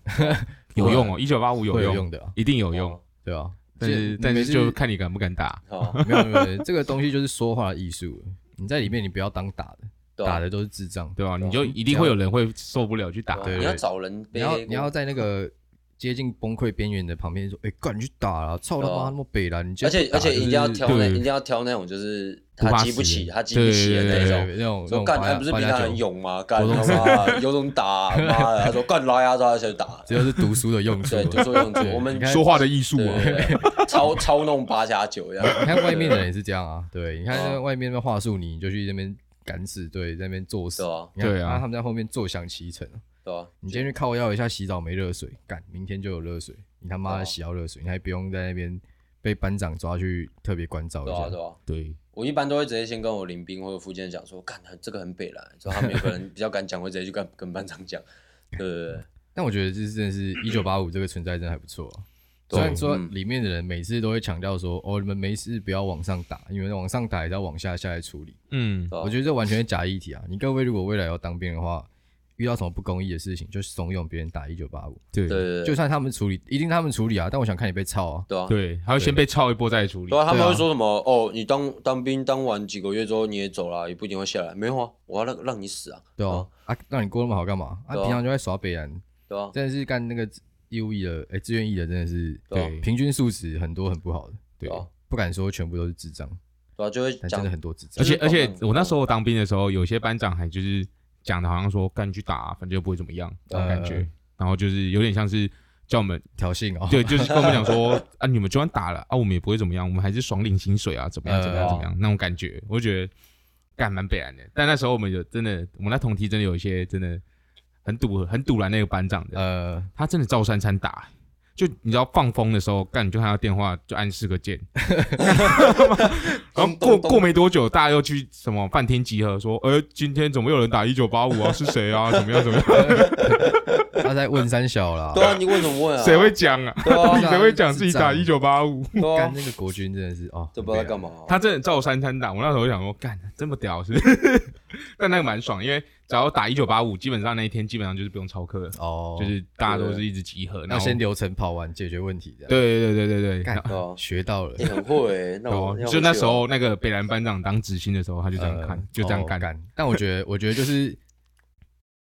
[SPEAKER 3] 有用哦，一九八五有
[SPEAKER 2] 会有
[SPEAKER 3] 用，
[SPEAKER 2] 用的啊，
[SPEAKER 3] 一定有
[SPEAKER 1] 哦
[SPEAKER 3] 用，
[SPEAKER 2] 对啊。
[SPEAKER 3] 但
[SPEAKER 2] 这
[SPEAKER 3] 是但
[SPEAKER 2] 每
[SPEAKER 3] 是
[SPEAKER 2] 次
[SPEAKER 3] 就看你敢不敢打。
[SPEAKER 1] 对啊，
[SPEAKER 2] 没有没有没有，这个东西就是说话的艺术了。你在里面，你不要当打的，
[SPEAKER 1] 对
[SPEAKER 2] 打
[SPEAKER 1] 啊，
[SPEAKER 2] 的都是智障。
[SPEAKER 3] 对吧？你就一定会有人会受不了去打
[SPEAKER 1] 对啊，
[SPEAKER 2] 对
[SPEAKER 1] 你要
[SPEAKER 2] 对
[SPEAKER 1] 找人
[SPEAKER 2] 你
[SPEAKER 1] 背
[SPEAKER 2] 要
[SPEAKER 1] 黑锅，
[SPEAKER 2] 你要在那个接近崩溃边缘的旁边说：“哎，干你去打了，操他
[SPEAKER 1] 对
[SPEAKER 2] 妈
[SPEAKER 1] 啊
[SPEAKER 2] 那么北了，你就
[SPEAKER 1] 而且
[SPEAKER 2] 打
[SPEAKER 1] 而且一定要挑那
[SPEAKER 3] 对
[SPEAKER 1] 一定要挑那种就是
[SPEAKER 3] 不
[SPEAKER 1] 他
[SPEAKER 3] 怕
[SPEAKER 1] 激不
[SPEAKER 3] 死
[SPEAKER 1] 起
[SPEAKER 3] 的
[SPEAKER 1] 他激不起的
[SPEAKER 2] 对
[SPEAKER 1] 那
[SPEAKER 2] 对
[SPEAKER 1] 种。
[SPEAKER 2] 对那种那
[SPEAKER 1] 说
[SPEAKER 2] 种
[SPEAKER 1] 干，
[SPEAKER 2] 八
[SPEAKER 1] 他
[SPEAKER 2] 加
[SPEAKER 1] 不是比他很，
[SPEAKER 2] 八加九
[SPEAKER 1] 勇吗？干
[SPEAKER 2] 国
[SPEAKER 1] 他
[SPEAKER 2] 中
[SPEAKER 1] 妈有种打，妈的！他说干拉呀，拉下去 打，
[SPEAKER 2] 这就是读书的用处。
[SPEAKER 1] 对，就说用这
[SPEAKER 2] 对
[SPEAKER 1] 我们
[SPEAKER 2] 你看
[SPEAKER 3] 说话的艺术
[SPEAKER 1] 对
[SPEAKER 3] 啊，
[SPEAKER 1] 对 对操操弄八加九这
[SPEAKER 2] 你
[SPEAKER 1] 样，
[SPEAKER 2] 看外面的人也是这样啊，对，你看
[SPEAKER 1] 对啊
[SPEAKER 2] 那外面那边话术，你就去那边赶死队，在那边作死
[SPEAKER 1] 对，啊
[SPEAKER 2] 你看
[SPEAKER 3] 对啊
[SPEAKER 2] 他们在后面坐享其成啊。
[SPEAKER 1] 对吧？
[SPEAKER 2] 你今天去靠腰一下，洗澡没热水，干，明天就有热水，你他妈
[SPEAKER 1] 对啊
[SPEAKER 2] 的洗到热水，你还不用在那边被班长抓去特别关照
[SPEAKER 1] 对啊
[SPEAKER 2] 一下。
[SPEAKER 1] 对啊，
[SPEAKER 3] 对，
[SPEAKER 1] 我一般都会直接先跟我林兵或者副舰讲说，干这个很北蓝，所以他们有可能比较敢讲，会直接去跟跟班长讲，对对对，
[SPEAKER 2] 但我觉得这真的是一九八五这个存在真的还 不错啊。
[SPEAKER 1] 对
[SPEAKER 2] 虽然说
[SPEAKER 1] 嗯
[SPEAKER 2] 里面的人每次都会强调说，哦，你们没事不要往上打，因为往上打也是要往下下来处理。
[SPEAKER 3] 嗯，
[SPEAKER 1] 对啊
[SPEAKER 2] 我觉得这完全是假议题啊！你各位如果未来要当兵的话，遇到什么不公义的事情，就怂恿别人打一九八五，
[SPEAKER 3] 对
[SPEAKER 1] 对对
[SPEAKER 2] 就
[SPEAKER 1] 对
[SPEAKER 2] 算他们处理，一定他们处理啊，但我想看你被操啊。
[SPEAKER 1] 对啊，
[SPEAKER 3] 对，还要先被抄一波再处理
[SPEAKER 1] 对。啊，他们
[SPEAKER 2] 对啊
[SPEAKER 1] 会说什么？哦，你当当兵当完几个月之后你也走了，也不一定会下来。没有啊，我要让让你死啊，
[SPEAKER 2] 对啊，啊，让你过那么好干嘛？啊，
[SPEAKER 1] 对啊
[SPEAKER 2] 平常就在耍北人，
[SPEAKER 1] 对啊，
[SPEAKER 2] 真的是干那个义务役的，哎、志愿役的真的是
[SPEAKER 1] 对啊
[SPEAKER 2] 平均素质很多很不好的，
[SPEAKER 1] 对啊，
[SPEAKER 2] 不敢说全部都是智障，
[SPEAKER 1] 对啊，就会
[SPEAKER 2] 但
[SPEAKER 1] 讲
[SPEAKER 2] 真的很多智障
[SPEAKER 3] 而。且
[SPEAKER 1] 就是
[SPEAKER 3] 而且
[SPEAKER 1] 保障
[SPEAKER 3] 我那时候当兵的时候，有些班长还就是讲的好像说干你去打、啊反正又不会怎么样这种感觉，
[SPEAKER 2] 呃
[SPEAKER 3] 然后就是有点像是叫我们，
[SPEAKER 2] 挑衅哦，
[SPEAKER 3] 对，就是跟我们讲说 啊，你们就算打了啊，我们也不会怎么样，我们还是爽领薪水啊，怎么
[SPEAKER 1] 嗯
[SPEAKER 3] 样怎么样
[SPEAKER 1] 哦
[SPEAKER 2] 呃
[SPEAKER 3] 怎么样、那种感觉，我就觉得干蛮北然的。但那时候我们有真的，我们那同梯真的有一些真的很堵很堵然那个班长
[SPEAKER 1] 嗯
[SPEAKER 3] 的，
[SPEAKER 2] 呃，
[SPEAKER 3] 他真的照三餐打。就你知道放风的时候，干你就看他电话就按四个 键，然后过过没多久，大家又去什么饭厅集合，说，呃，今天怎么有人打一九八五啊？是谁啊？怎么样怎么样？
[SPEAKER 2] 他在问三小啦，
[SPEAKER 1] 对啊，你问什么问啊？
[SPEAKER 3] 谁会讲啊？
[SPEAKER 1] 对啊
[SPEAKER 3] 到底谁会讲自己打一
[SPEAKER 2] 智
[SPEAKER 3] 九八五？
[SPEAKER 1] 对
[SPEAKER 2] 干
[SPEAKER 1] 啊，
[SPEAKER 2] 那个国军真的是哦，
[SPEAKER 1] 这不知道在干嘛啊。
[SPEAKER 3] 他真的照三餐打，我那时候想说，干这么屌是不 是？但那个蛮爽，因为只要打一九八五，基本上那一天基本上就是不用操课了，
[SPEAKER 2] 哦，
[SPEAKER 3] 就是大家都是一直集合，然
[SPEAKER 2] 要
[SPEAKER 3] 后
[SPEAKER 2] 哦先流程跑完解决问题的，
[SPEAKER 3] 对对对对对对，
[SPEAKER 2] 干
[SPEAKER 1] 对啊，
[SPEAKER 2] 学到了
[SPEAKER 1] 你。很会欸，那我
[SPEAKER 3] 哦
[SPEAKER 1] 那，我
[SPEAKER 3] 就那
[SPEAKER 1] 去
[SPEAKER 3] 时候那个北兰班长当执行的时候，他就这样看
[SPEAKER 2] 呃，
[SPEAKER 3] 就这样
[SPEAKER 2] 哦
[SPEAKER 3] 干。
[SPEAKER 2] 但我觉得，我觉得就是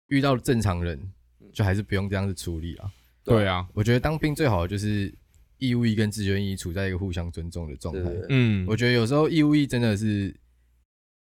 [SPEAKER 2] 遇到正常人，就还是不用这样子处理啊。
[SPEAKER 3] 对啊，
[SPEAKER 2] 我觉得当兵最好的就是义务役跟志愿役处在一个互相尊重的状
[SPEAKER 1] 对
[SPEAKER 2] 态。
[SPEAKER 1] 对对
[SPEAKER 3] 嗯，
[SPEAKER 2] 我觉得有时候义务役真的是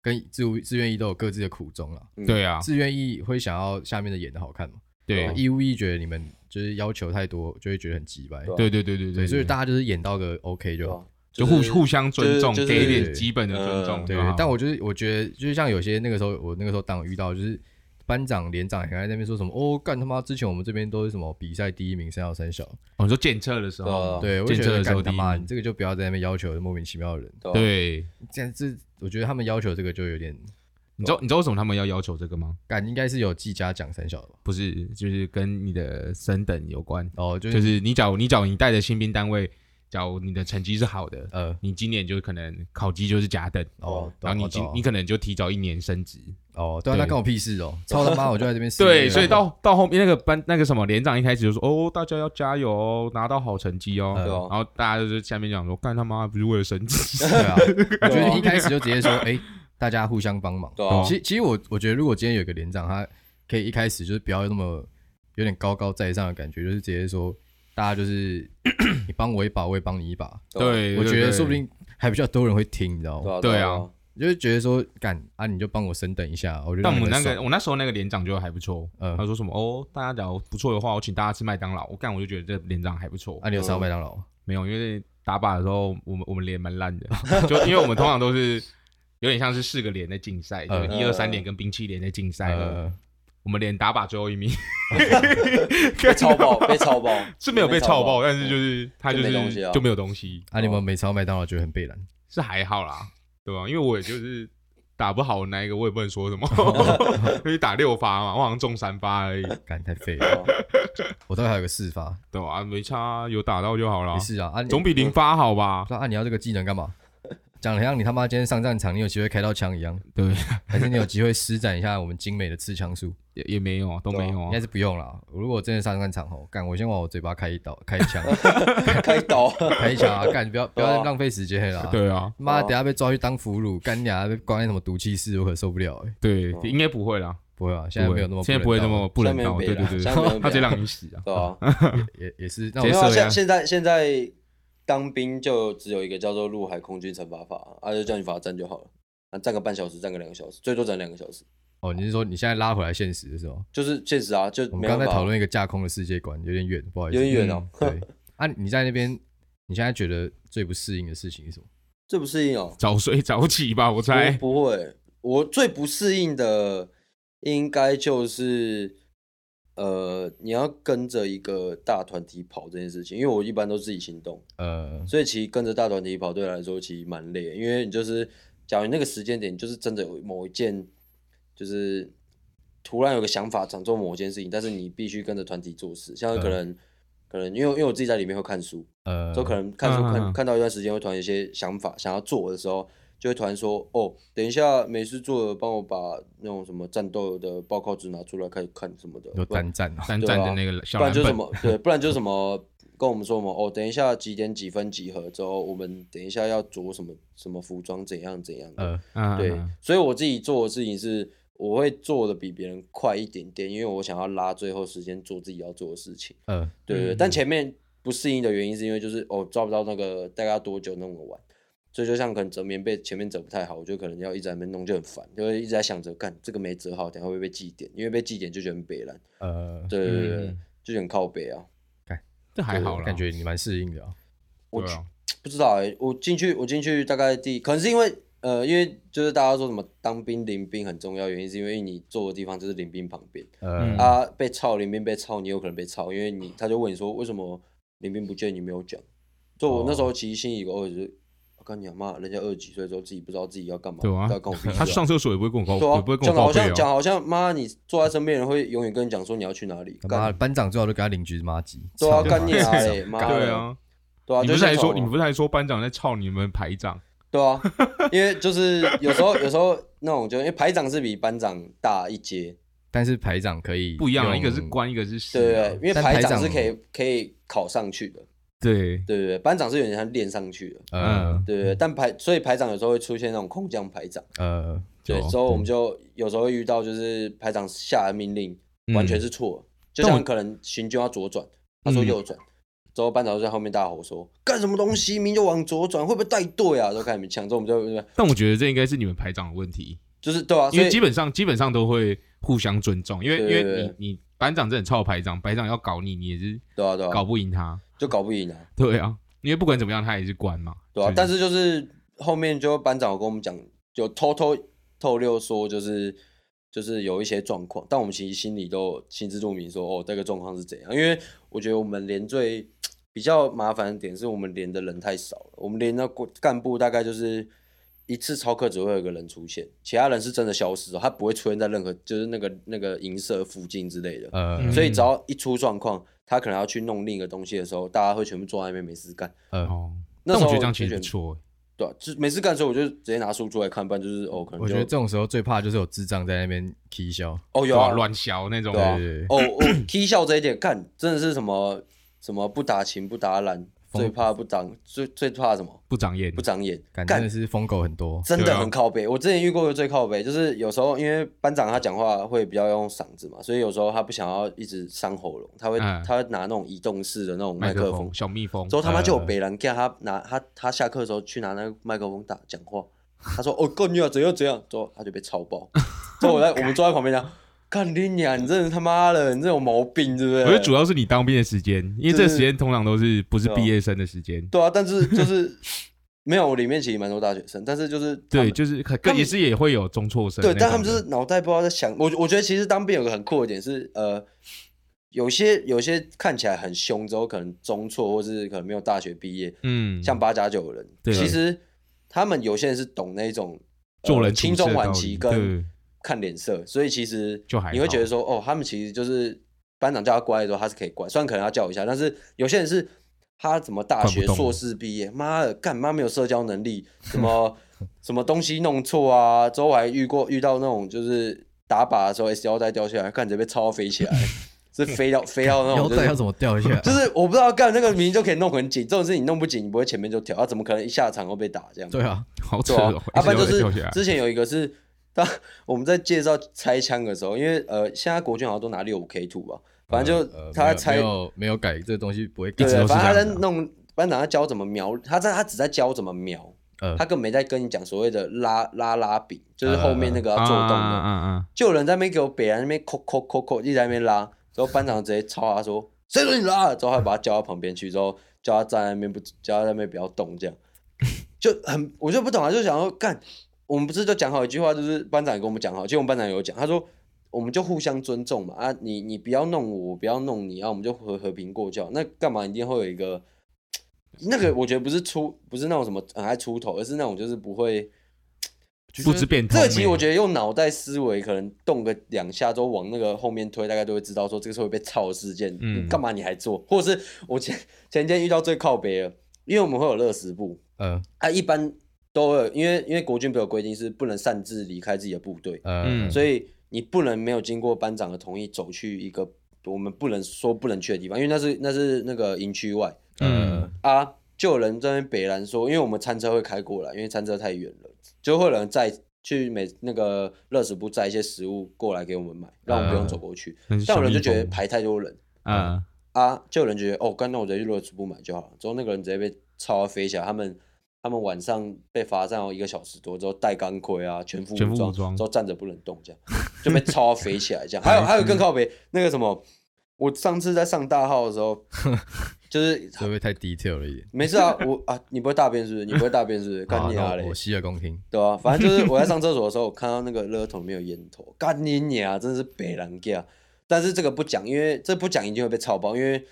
[SPEAKER 2] 跟志务志愿役都有各自的苦衷了。
[SPEAKER 1] 嗯
[SPEAKER 3] 对啊，啊
[SPEAKER 2] 志愿役会想要下面的演的好看嘛，
[SPEAKER 3] 对
[SPEAKER 2] 义务役觉得你们就是要求太多，就会觉得很鸡掰。
[SPEAKER 1] 对啊
[SPEAKER 3] 对对对对
[SPEAKER 2] 对，
[SPEAKER 3] 对，
[SPEAKER 2] 所以
[SPEAKER 3] 对
[SPEAKER 2] 大家就是演到个 OK 就
[SPEAKER 1] 对
[SPEAKER 2] 好。
[SPEAKER 1] 啊，
[SPEAKER 3] 嗯就是互互相尊重，
[SPEAKER 1] 就是
[SPEAKER 3] 给一
[SPEAKER 2] 对
[SPEAKER 3] 点基本的尊重。
[SPEAKER 2] 呃对
[SPEAKER 3] 好不好，
[SPEAKER 2] 但我就是我觉得，就是像有些那个时候，我那个时候当遇到，就是班长、连长也在那边说什么，哦，干他妈！之前我们这边都是什么比赛第一名，三小三小。
[SPEAKER 3] 我哦说检测的时候，
[SPEAKER 1] 对
[SPEAKER 2] 对，我就觉
[SPEAKER 3] 检测
[SPEAKER 2] 得
[SPEAKER 3] 哦的时候
[SPEAKER 2] 干他
[SPEAKER 3] 第一
[SPEAKER 2] 妈，你
[SPEAKER 3] 名，
[SPEAKER 2] 这个就不要在那边要求莫名其妙的人。
[SPEAKER 1] 对啊，
[SPEAKER 3] 对，
[SPEAKER 2] 这样这，我觉得他们要求这个就有点
[SPEAKER 3] 你知道你知道为什么他们要要求这个吗？
[SPEAKER 2] 干，应该是有技嘉奖三小的吧？
[SPEAKER 3] 不是，就是跟你的升等有关，
[SPEAKER 2] 哦，就、
[SPEAKER 3] 就是是你假如你假如你带的新兵单位，假如你的成绩是好的，
[SPEAKER 2] 呃，
[SPEAKER 3] 你今年就可能考级就是甲等，
[SPEAKER 2] 哦，
[SPEAKER 3] 然后你今
[SPEAKER 2] 今
[SPEAKER 3] 你可能就提早一年升职，
[SPEAKER 2] 哦，对啊，那
[SPEAKER 3] 对
[SPEAKER 2] 关我屁事哦，操他妈，我就 在这边死命
[SPEAKER 3] 对，
[SPEAKER 2] 了
[SPEAKER 3] 所以到到后面那个班那个什么连长一开始就说哦，大家要加油哦，拿到好成绩
[SPEAKER 2] 嗯
[SPEAKER 3] 哦。
[SPEAKER 1] 对啊
[SPEAKER 3] 然后大家就是下面讲说，干他妈不是为了升职，
[SPEAKER 2] 对啊，我觉
[SPEAKER 3] 哦
[SPEAKER 2] 得一开始就直接说，哎，大家互相帮忙。
[SPEAKER 1] 对啊
[SPEAKER 2] 其其实我我觉得，如果今天有一个连长，他可以一开始就是不要那么有点高高在上的感觉，就是直接说大家就是 你帮我一把，我也帮你一把。
[SPEAKER 1] 对啊
[SPEAKER 3] 对，
[SPEAKER 2] 我
[SPEAKER 3] 对
[SPEAKER 2] 觉得
[SPEAKER 3] 对
[SPEAKER 2] 说不定还比较多人会听，你知道
[SPEAKER 1] 对
[SPEAKER 2] 吗？
[SPEAKER 1] 啊，
[SPEAKER 3] 对
[SPEAKER 1] 对
[SPEAKER 3] 啊
[SPEAKER 1] 啊，
[SPEAKER 2] 就是觉得说，干啊，你就帮我升等一下，我就
[SPEAKER 3] 但
[SPEAKER 2] 让
[SPEAKER 3] 我
[SPEAKER 2] 你
[SPEAKER 3] 们那
[SPEAKER 2] 爽
[SPEAKER 3] 个我那时候那个连长就还不错，
[SPEAKER 2] 嗯
[SPEAKER 3] 他说什么哦，大家假如不错的话，我请大家吃麦当劳。我干我就觉得这连长还不错，
[SPEAKER 2] 啊，你有烧麦当劳吗？
[SPEAKER 3] 没有，因为打靶的时候我们我们连蛮烂的，就因为我们通常都是有点像是四个连在竞赛，就
[SPEAKER 2] 嗯
[SPEAKER 3] 哎是一二三连跟兵器连在竞赛。
[SPEAKER 2] 呃，
[SPEAKER 3] 我们连打靶最后一名，
[SPEAKER 1] 啊被超爆，被超爆
[SPEAKER 3] 是没有被超爆，但是就是他
[SPEAKER 1] 就
[SPEAKER 3] 就
[SPEAKER 1] 没东
[SPEAKER 3] 是
[SPEAKER 1] 西啊
[SPEAKER 3] 就没有东西，
[SPEAKER 2] 啊，你们每次到麦当劳觉得很被拦，
[SPEAKER 3] 是还好啦，对吧？因为我也就是打不好那一个，我也不能说什么，因为打六发嘛，我好像中三发而已，
[SPEAKER 2] 干太废了。
[SPEAKER 1] 哦
[SPEAKER 2] 我都还有个四发，
[SPEAKER 3] 对吧？ 啊没差啊，有打到就好啦
[SPEAKER 2] 没，事啊，啊，你
[SPEAKER 3] 总比零发好吧？
[SPEAKER 2] 说啊，你要这个技能干嘛？讲得像你他妈今天上战场，你有机会开到枪一样，
[SPEAKER 3] 对，
[SPEAKER 2] 还是你有机会施展一下我们精美的刺枪术？
[SPEAKER 3] 也也没有，都没有
[SPEAKER 2] 应
[SPEAKER 3] 啊
[SPEAKER 2] 该。是不用啦。如果真的上战场吼，干我先往我嘴巴开一刀， 开一枪，
[SPEAKER 1] 开刀，
[SPEAKER 2] 开一枪啊！干，不要不
[SPEAKER 1] 对
[SPEAKER 2] 要
[SPEAKER 1] 啊
[SPEAKER 2] 浪费时间了啦。，
[SPEAKER 3] 哦对啊，
[SPEAKER 2] 妈，
[SPEAKER 1] 哦
[SPEAKER 2] 等下被抓去当俘虏，干你啊！被关在什么毒气室，我可受不了哎。
[SPEAKER 3] 对，
[SPEAKER 1] 哦
[SPEAKER 3] 应该不会啦，
[SPEAKER 2] 不会啊，现在没有那么
[SPEAKER 3] 现在不会
[SPEAKER 2] 人
[SPEAKER 3] 那
[SPEAKER 2] 道啊
[SPEAKER 3] 么不人道，
[SPEAKER 1] 现在没有
[SPEAKER 3] 对对
[SPEAKER 1] 北啦
[SPEAKER 3] 对，
[SPEAKER 1] 现在没有北啦
[SPEAKER 3] 他直接让你死啊，
[SPEAKER 1] 对啊，
[SPEAKER 2] 也也是。那
[SPEAKER 3] 接
[SPEAKER 1] 没
[SPEAKER 2] 我
[SPEAKER 1] 有啊
[SPEAKER 3] 色呀
[SPEAKER 1] 现现在现在当兵就只有一个叫做陆海空军惩罚法，啊就叫你罚站就好了，啊站个半小时，站个两个小时，最多站两个小时，
[SPEAKER 2] 哦，你是说你现在拉回来现实是吗？
[SPEAKER 1] 就是现实啊，就
[SPEAKER 2] 我
[SPEAKER 1] 没
[SPEAKER 2] 们
[SPEAKER 1] 有
[SPEAKER 2] 刚才
[SPEAKER 1] 办法
[SPEAKER 2] 讨论一个架空的世界观，有点远，不好意思。
[SPEAKER 1] 有点远哦，
[SPEAKER 2] 对 啊，你在那边，你现在觉得最不适应的事情是什么？
[SPEAKER 1] 这不适应哦，
[SPEAKER 3] 早睡早起吧，我猜。
[SPEAKER 1] 不不会，我最不适应的应该就是，呃，你要跟着一个大团体跑这件事情，因为我一般都自己行动，
[SPEAKER 2] 呃，
[SPEAKER 1] 所以其实跟着大团体跑对我来说其实蛮累的，因为你就是，假如你那个时间点就是真的有某一件，就是突然有个想法想做某件事情，但是你必须跟着团体做事，像可能、可能因为因为我自己在里面会看书，
[SPEAKER 2] 呃，
[SPEAKER 1] 就可能看书看、
[SPEAKER 3] 嗯嗯嗯
[SPEAKER 1] 看到一段时间，会突然有一些想法想要做的时候，就会突然说：“哦，等一下没事做了，帮我把那种什么战斗的报告纸拿出来看看什么的。”
[SPEAKER 2] 有
[SPEAKER 1] 不然
[SPEAKER 2] 单战啊，
[SPEAKER 3] 三
[SPEAKER 1] 对
[SPEAKER 3] 站
[SPEAKER 1] 啊
[SPEAKER 3] 的那个小
[SPEAKER 1] 不然
[SPEAKER 3] 蓝
[SPEAKER 1] 就是什
[SPEAKER 3] 本，
[SPEAKER 1] 么对，不然就是什么跟我们说什么哦，等一下几点几分集合之后，我们等一下要着什么什么服装，怎样怎样的。
[SPEAKER 2] 呃，
[SPEAKER 3] 嗯，
[SPEAKER 1] 对
[SPEAKER 3] 嗯，
[SPEAKER 1] 所以我自己做的事情是，我会做的比别人快一点点，因为我想要拉最后时间做自己要做的事情。
[SPEAKER 2] 呃，
[SPEAKER 1] 对对，
[SPEAKER 3] 嗯
[SPEAKER 1] 对但前面不适应的原因是因为就是哦抓不到那个大概要多久弄个完，所以就像可能折棉被前面折不太好，我就可能要一直在那边弄就很烦，就会一直在想着干这个没折好，等一下会不会被记点，因为被记点就觉得很北蓝，
[SPEAKER 2] 呃，
[SPEAKER 1] 对对对对，
[SPEAKER 3] 嗯
[SPEAKER 1] 就很靠北啊。
[SPEAKER 3] 这还好啦，
[SPEAKER 2] 感觉你蛮适应的啊。
[SPEAKER 1] 我
[SPEAKER 3] 对啊，
[SPEAKER 1] 不知道哎、我进去我进去大概第可能是因为呃，因为就是大家说什么当兵临兵很重要，原因是因为你坐的地方就是临兵旁边，
[SPEAKER 2] 呃
[SPEAKER 3] 嗯，
[SPEAKER 1] 啊，被操林兵被操，你有可能被操，因为你他就问你说为什么林兵不见你没有讲？就我那时候其实心里有个二就是，我跟你讲妈，人家二十几岁之后自己不知道自己要干嘛，
[SPEAKER 3] 对啊
[SPEAKER 1] 要跟我屁事啊
[SPEAKER 3] 他上厕所也不会跟我
[SPEAKER 1] 对
[SPEAKER 3] 告，
[SPEAKER 1] 啊
[SPEAKER 3] 也不会，跟
[SPEAKER 1] 讲得
[SPEAKER 3] 我报
[SPEAKER 1] 好
[SPEAKER 3] 备
[SPEAKER 1] 像讲
[SPEAKER 3] 哦。
[SPEAKER 1] 得好像妈，你坐在身边的人会永远跟你讲说你要去哪里，
[SPEAKER 2] 他妈
[SPEAKER 1] 干
[SPEAKER 2] 的班长最好都给他邻居妈鸡，
[SPEAKER 1] 对啊，
[SPEAKER 2] 操
[SPEAKER 1] 干你啊
[SPEAKER 2] 妈
[SPEAKER 1] 嘞，妈
[SPEAKER 3] 对
[SPEAKER 1] 的，
[SPEAKER 3] 啊，
[SPEAKER 1] 对啊，
[SPEAKER 3] 你
[SPEAKER 1] 就
[SPEAKER 3] 不是
[SPEAKER 1] 像
[SPEAKER 3] 还说
[SPEAKER 1] 什
[SPEAKER 3] 你
[SPEAKER 1] 么
[SPEAKER 3] 不是还说班长在操你们排长？
[SPEAKER 1] 对啊，因为就是有时候有 时候那种就因为排长是比班长大一阶，
[SPEAKER 2] 但是排长可以
[SPEAKER 3] 不一样啊，
[SPEAKER 2] 用
[SPEAKER 3] 一个是官，一个是
[SPEAKER 1] 对
[SPEAKER 3] 师
[SPEAKER 1] 对
[SPEAKER 3] 啊。
[SPEAKER 1] 对，因为
[SPEAKER 2] 但
[SPEAKER 1] 排
[SPEAKER 2] 排
[SPEAKER 1] 长
[SPEAKER 2] 长
[SPEAKER 1] 是可以可以考上去的，
[SPEAKER 3] 对，
[SPEAKER 1] 对对对，班长是有点像练上去的。
[SPEAKER 2] 呃
[SPEAKER 3] 嗯
[SPEAKER 1] 对对，但排所以排长有时候会出现那种空降排长，
[SPEAKER 2] 呃，
[SPEAKER 1] 对，
[SPEAKER 3] 有
[SPEAKER 1] 之后我们就有时候会遇到就是排长下的命令
[SPEAKER 3] 嗯
[SPEAKER 1] 完全是错的，就
[SPEAKER 3] 但我
[SPEAKER 1] 像可能行军要左转，他说
[SPEAKER 3] 嗯
[SPEAKER 1] 右转，之后班长就在后面大吼说干什么东西，明明就往左转，会不会带队啊？都开始抢，之后我们就
[SPEAKER 3] 但我觉得这应该是你们排长的问题，
[SPEAKER 1] 就是对啊，
[SPEAKER 3] 因
[SPEAKER 1] 所
[SPEAKER 3] 为
[SPEAKER 1] 以
[SPEAKER 3] 基本上基本上都会互相尊重，因为因
[SPEAKER 1] 对
[SPEAKER 3] 为你你班长真的很操排长，排长要搞你，你也是
[SPEAKER 1] 对啊对
[SPEAKER 3] 搞
[SPEAKER 1] 啊，
[SPEAKER 3] 不赢他。
[SPEAKER 1] 就搞不赢啊，
[SPEAKER 3] 对啊，因为不管怎么样，他也是官嘛。
[SPEAKER 1] 对啊，
[SPEAKER 3] 就
[SPEAKER 1] 但是就是后面就班长有跟我们讲，有偷偷透溜说就是就是有一些状况，但我们其实心里都有心知肚明说哦这个状况是怎样，因为我觉得我们连最比较麻烦的点是我们连的人太少了，我们连那过干部大概就是。一次操课只会有一个人出现，其他人是真的消失哦，他不会出现在任何就是那个那个营舍附近之类的。
[SPEAKER 2] 呃
[SPEAKER 3] 嗯
[SPEAKER 1] 所以只要一出状况，他可能要去弄另一个东西的时候，大家会全部坐在那边没事干。
[SPEAKER 2] 呃，
[SPEAKER 3] 哦，
[SPEAKER 1] 那
[SPEAKER 3] 但
[SPEAKER 1] 时
[SPEAKER 3] 我
[SPEAKER 1] 候
[SPEAKER 3] 觉得这样其实
[SPEAKER 1] 就
[SPEAKER 3] 不
[SPEAKER 1] 觉得
[SPEAKER 3] 错欸。
[SPEAKER 1] 对、啊，就每次干的时候，我就直接拿书出来看，不然就是哦，可能
[SPEAKER 2] 我
[SPEAKER 1] 就
[SPEAKER 2] 觉得这种时候最怕就是有智障在那边踢笑，
[SPEAKER 1] 哦有
[SPEAKER 3] 对吧
[SPEAKER 1] 啊，
[SPEAKER 3] 乱削那种
[SPEAKER 1] 对。啊
[SPEAKER 2] 对对对，
[SPEAKER 1] 哦我踢笑这一点，干真的是什么什么不打情不打懒，最怕不长最最怕什么
[SPEAKER 3] 不长眼
[SPEAKER 1] 不，长眼，
[SPEAKER 2] 感真
[SPEAKER 1] 干
[SPEAKER 2] 的是疯狗很多，
[SPEAKER 1] 真
[SPEAKER 3] 对
[SPEAKER 1] 的
[SPEAKER 3] 啊
[SPEAKER 1] 很靠背。我之前遇过的最靠背，就是有时候因为班长他讲话会比较用嗓子嘛，所以有时候他不想要一直伤喉咙，他会、
[SPEAKER 3] 嗯
[SPEAKER 1] 他会拿那种移动式的那种
[SPEAKER 3] 麦
[SPEAKER 1] 麦克
[SPEAKER 3] 风
[SPEAKER 1] 风，
[SPEAKER 3] 小蜜蜂啊
[SPEAKER 1] 之，后他妈
[SPEAKER 3] 嗯
[SPEAKER 1] 就有
[SPEAKER 2] 呃
[SPEAKER 1] 北兰架，他拿他他下课的时候去拿那个麦克风打讲话，他说哦干你啊怎样怎样，之后他就被超 爆，之后我在我们坐在旁边讲，干你娘，你真是他妈的，你这有毛病是不是？
[SPEAKER 3] 我觉得主要是你当兵的时间，因为这个
[SPEAKER 1] 就是
[SPEAKER 3] 时间通常都是不是
[SPEAKER 1] 对啊
[SPEAKER 3] 毕业生的时间，
[SPEAKER 1] 对啊，但是就是 没有，我里面其实蛮多大学生，但是就是他们
[SPEAKER 3] 对，就是可可
[SPEAKER 1] 啊他们
[SPEAKER 3] 也是也会有中辍生
[SPEAKER 1] 对，
[SPEAKER 3] 那种的，
[SPEAKER 1] 但他们就是脑袋不知道在想。我我觉得其实当兵有个很酷的点是，呃，有些有些看起来很凶之后，可能中辍或是可能没有大学毕业，
[SPEAKER 3] 嗯，
[SPEAKER 1] 像八加九的人，
[SPEAKER 3] 对
[SPEAKER 1] 其实他们有些人是懂那种呃
[SPEAKER 3] 做人处
[SPEAKER 1] 轻
[SPEAKER 3] 事的
[SPEAKER 1] 重缓
[SPEAKER 3] 道
[SPEAKER 1] 急
[SPEAKER 3] 理
[SPEAKER 1] 跟
[SPEAKER 3] 对
[SPEAKER 1] 看脸色，所以其实
[SPEAKER 3] 就还
[SPEAKER 1] 你会觉得
[SPEAKER 3] 好
[SPEAKER 1] 说，哦，他们其实就是班长叫他乖的时候，他是可以乖，虽然可能他叫我一下，但是有些人是。他怎么大
[SPEAKER 3] 管不
[SPEAKER 1] 学
[SPEAKER 3] 动
[SPEAKER 1] 硕士毕业？妈的，干妈没有社交能力，什 么什么东西弄错啊？之后我还遇过遇到那种就是打靶的时候 S 腰带掉下来，看直接被抄到飞起来，是飞 到飞到那
[SPEAKER 2] 腰
[SPEAKER 1] 种、就是、
[SPEAKER 2] 带要怎么掉一下？
[SPEAKER 1] 就是我不知道干那个明明就可以弄很紧，这种事情弄不紧，你不会前面就调，他、怎么可能一下场就被打这样？
[SPEAKER 2] 对啊，
[SPEAKER 3] 好扯
[SPEAKER 1] 对啊
[SPEAKER 3] 哦，，
[SPEAKER 1] 啊，
[SPEAKER 3] 一
[SPEAKER 1] 不然就
[SPEAKER 3] 直
[SPEAKER 1] 是
[SPEAKER 3] 流泪掉下来
[SPEAKER 1] 之前有一个是，当我们在介绍拆枪的时候，因为呃，现在国军好像都拿六五 K two 吧，反正
[SPEAKER 2] 呃
[SPEAKER 1] 就他在
[SPEAKER 2] 没
[SPEAKER 1] 拆，
[SPEAKER 2] 有没有没有改这个东西不会改
[SPEAKER 1] 对，
[SPEAKER 3] 直
[SPEAKER 1] 对
[SPEAKER 3] 都是
[SPEAKER 1] 反正他
[SPEAKER 3] 这
[SPEAKER 1] 在
[SPEAKER 3] 样的啊
[SPEAKER 1] 弄班长在教怎么瞄，他在他只在教怎么瞄，
[SPEAKER 2] 呃
[SPEAKER 1] 他根本没在跟你讲所谓的拉拉拉柄，就是后面那个要做动
[SPEAKER 3] 呃啊
[SPEAKER 1] 的，
[SPEAKER 3] 啊啊！
[SPEAKER 1] 就有人在那边给我北南那边扣扣扣扣，一直在那边拉，之后班长直接抄他说：“谁准你拉了？”之后还把他叫到旁边去，之后叫他站在那边不， 叫他在那边不要动，这样就很我就不懂啊，就想说干，我们不是就讲好一句话，就是班长也跟我们讲好，其实我们班长有讲，他说我们就互相尊重嘛，啊，你你不要弄我，我不要弄你，啊，我们就和和平过就好。那干嘛一定会有一个？那个我觉得不是出，不是那种什么很爱出头，而是那种就是不会。
[SPEAKER 3] 不知变通
[SPEAKER 1] 这
[SPEAKER 3] 欸。
[SPEAKER 1] 个其实我觉得用脑袋思维，可能动个两下之后往那个后面推，大概都会知道说这个是会被操的事件。
[SPEAKER 3] 嗯
[SPEAKER 1] 嗯，干嘛你还做？或者是我前前天遇到最靠北了，因为我们会有乐食部，
[SPEAKER 2] 呃
[SPEAKER 1] 啊，一般都会有，因为因为国军不是有规定是不能擅自离开自己的部队，
[SPEAKER 2] 呃
[SPEAKER 3] 嗯，
[SPEAKER 1] 所以你不能没有经过班长的同意走去一个我们不能说不能去的地方，因为那是那是那个营区外。
[SPEAKER 3] 嗯
[SPEAKER 2] 呃
[SPEAKER 1] 啊，就有人在那边北兰说，因为我们餐车会开过来，因为餐车太远了，就会有人载去美那个乐食部载一些食物过来给我们买，让我们不用走过去。
[SPEAKER 3] 很
[SPEAKER 1] 但有人
[SPEAKER 3] 啊
[SPEAKER 1] 就
[SPEAKER 3] 小蜜
[SPEAKER 1] 觉得
[SPEAKER 3] 蜂
[SPEAKER 1] 排太多人
[SPEAKER 3] 嗯，
[SPEAKER 1] 啊，就有人觉得哦，干那我直接去乐食部买就好了。之后那个人直接被超到飞起来，他们。他们晚上被罚站哦一个小时多，之后戴钢盔啊，全副
[SPEAKER 3] 全副
[SPEAKER 1] 武装，
[SPEAKER 3] 武装
[SPEAKER 1] 之后站着不能动，这样就被超到飞起来。这样还有还有更靠北那个什么，我上次在上大号的时候，就是
[SPEAKER 2] 会不会太 detail 了一点？
[SPEAKER 1] 没事啊，我啊，你不会大便是不是？你不会大便是不 是？干
[SPEAKER 2] 好
[SPEAKER 1] 你
[SPEAKER 2] 那
[SPEAKER 1] 啊
[SPEAKER 2] 我
[SPEAKER 1] 嘞
[SPEAKER 2] 我，洗耳恭听。
[SPEAKER 1] 对啊，反正就是我 在上厕所的时候，我看到那个垃圾桶里面有烟头，干你娘，啊真的是北狼架。但是这个不讲，因为这不讲一定会被操爆，因为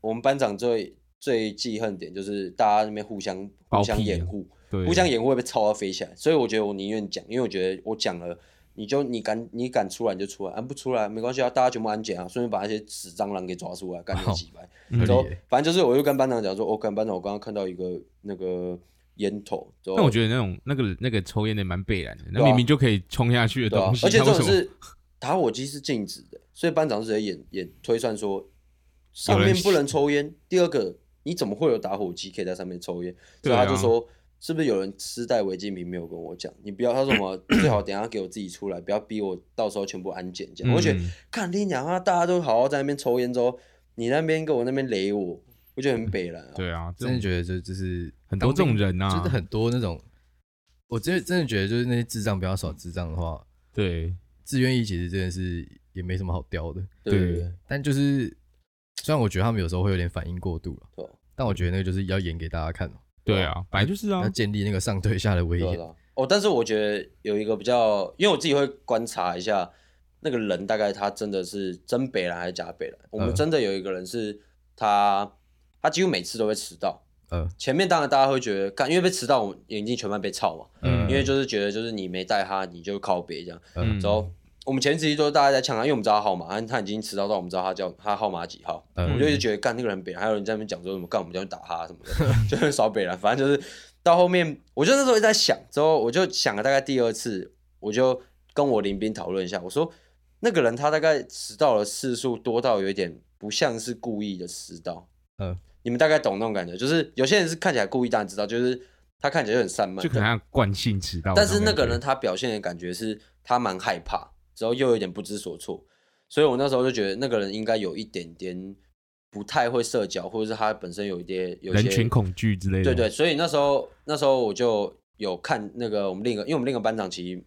[SPEAKER 1] 我们班长最最记恨点就是大家那边互相
[SPEAKER 3] 包
[SPEAKER 1] 互相
[SPEAKER 3] 庇啊
[SPEAKER 1] 掩护，
[SPEAKER 3] 对，
[SPEAKER 1] 互相掩护会被操到飞起来，所以我觉得我宁愿讲，因为我觉得我讲了。你就你敢你敢出来你就出来，啊不出来没关系啊，大家全部安检啊，顺便把那些死蟑螂给抓出来，干
[SPEAKER 3] 哦
[SPEAKER 1] 你几百。
[SPEAKER 2] 合
[SPEAKER 1] 然后
[SPEAKER 2] 理
[SPEAKER 3] 欸
[SPEAKER 2] 耶
[SPEAKER 1] 反正就是我就跟班长讲说，我、哦、跟班长我刚刚看到一个那个烟头，之后
[SPEAKER 3] 但我觉得那种那个那个抽烟的蛮悲然的，那
[SPEAKER 1] 对啊
[SPEAKER 3] 明明就可以冲下去的
[SPEAKER 1] 对啊
[SPEAKER 3] 东，西，
[SPEAKER 1] 而且
[SPEAKER 3] 他
[SPEAKER 1] 这
[SPEAKER 3] 为
[SPEAKER 1] 种
[SPEAKER 3] 什么
[SPEAKER 1] 是打火机是禁止的，所以班长是直接演演推算说，
[SPEAKER 3] 有
[SPEAKER 1] 上
[SPEAKER 3] 人
[SPEAKER 1] 面不能抽烟，第二个你怎么会有打火机可以在上面抽烟？所
[SPEAKER 3] 对
[SPEAKER 1] 以
[SPEAKER 3] 啊
[SPEAKER 1] 他就说。是不是有人私带违禁品没有跟我讲？你不要，他说什 么最好等一下给我自己出来，不要逼我到时候全部安检这样。我就觉得
[SPEAKER 3] 嗯，
[SPEAKER 1] 看你讲啊，大家都好好在那边抽烟之后，你那边跟我那边雷我，我觉得很北然啊。
[SPEAKER 3] 对啊，这
[SPEAKER 2] 真的
[SPEAKER 3] 种
[SPEAKER 2] 觉得这就是
[SPEAKER 3] 很多这
[SPEAKER 2] 当
[SPEAKER 3] 种
[SPEAKER 2] 兵
[SPEAKER 3] 人啊，
[SPEAKER 2] 就是很多那种，我真的真的觉得就是那些智障比较少智障的话，
[SPEAKER 3] 对，
[SPEAKER 2] 自愿意其实真的是也没什么好刁的。
[SPEAKER 1] 对对
[SPEAKER 3] 对
[SPEAKER 1] 对，
[SPEAKER 2] 但就是虽然我觉得他们有时候会有点反应过度
[SPEAKER 1] 对啊
[SPEAKER 2] 了，但我觉得那个就是要演给大家看哦，
[SPEAKER 3] 对啊，本来就是啊
[SPEAKER 2] 要，建立那个上对下的威
[SPEAKER 1] 对
[SPEAKER 2] 严。
[SPEAKER 1] 了。哦，但是我觉得有一个比较，因为我自己会观察一下那个人，大概他真的是真北蓝还是假北蓝。我们
[SPEAKER 2] 嗯
[SPEAKER 1] 真的有一个人是他，他几乎每次都会迟到。
[SPEAKER 2] 呃
[SPEAKER 1] 前面当然大家会觉得，干，因为被迟到，我们眼睛全班被操嘛。
[SPEAKER 2] 嗯
[SPEAKER 1] 因为就是觉得就是你没带他，你就靠北这样。
[SPEAKER 2] 呃
[SPEAKER 3] 嗯
[SPEAKER 1] 然后我们前期都是大家在抢他，因为我们知道他号码，啊他已经迟到到我们知道他叫他号码几号，
[SPEAKER 2] 嗯
[SPEAKER 1] 我就一直觉得干那个人北，还有人在那边讲说什么干我们要去打他什么的， 就很少北了。反正就是到后面，我就那时候一直在想，之后我就想了大概第二次，我就跟我林斌讨论一下，我说那个人他大概迟到的次数多到有一点不像是故意的迟到，
[SPEAKER 3] 嗯
[SPEAKER 2] 呃，
[SPEAKER 1] 你们大概懂那种感觉，就是有些人是看起来故意，但知道就是他看起来就很散漫，
[SPEAKER 3] 就可能他惯性迟到，
[SPEAKER 1] 但是那个人
[SPEAKER 3] 人，
[SPEAKER 1] 他表现的感觉是他蛮害怕，之后又有点不知所措，所以我那时候就觉得那个人应该有一点点不太会社交，或者是他本身有一点有一些
[SPEAKER 3] 人群恐惧之类的，
[SPEAKER 1] 对对，所以那时候那时候我就有看那个我们另一个，因为我们另一个班长其实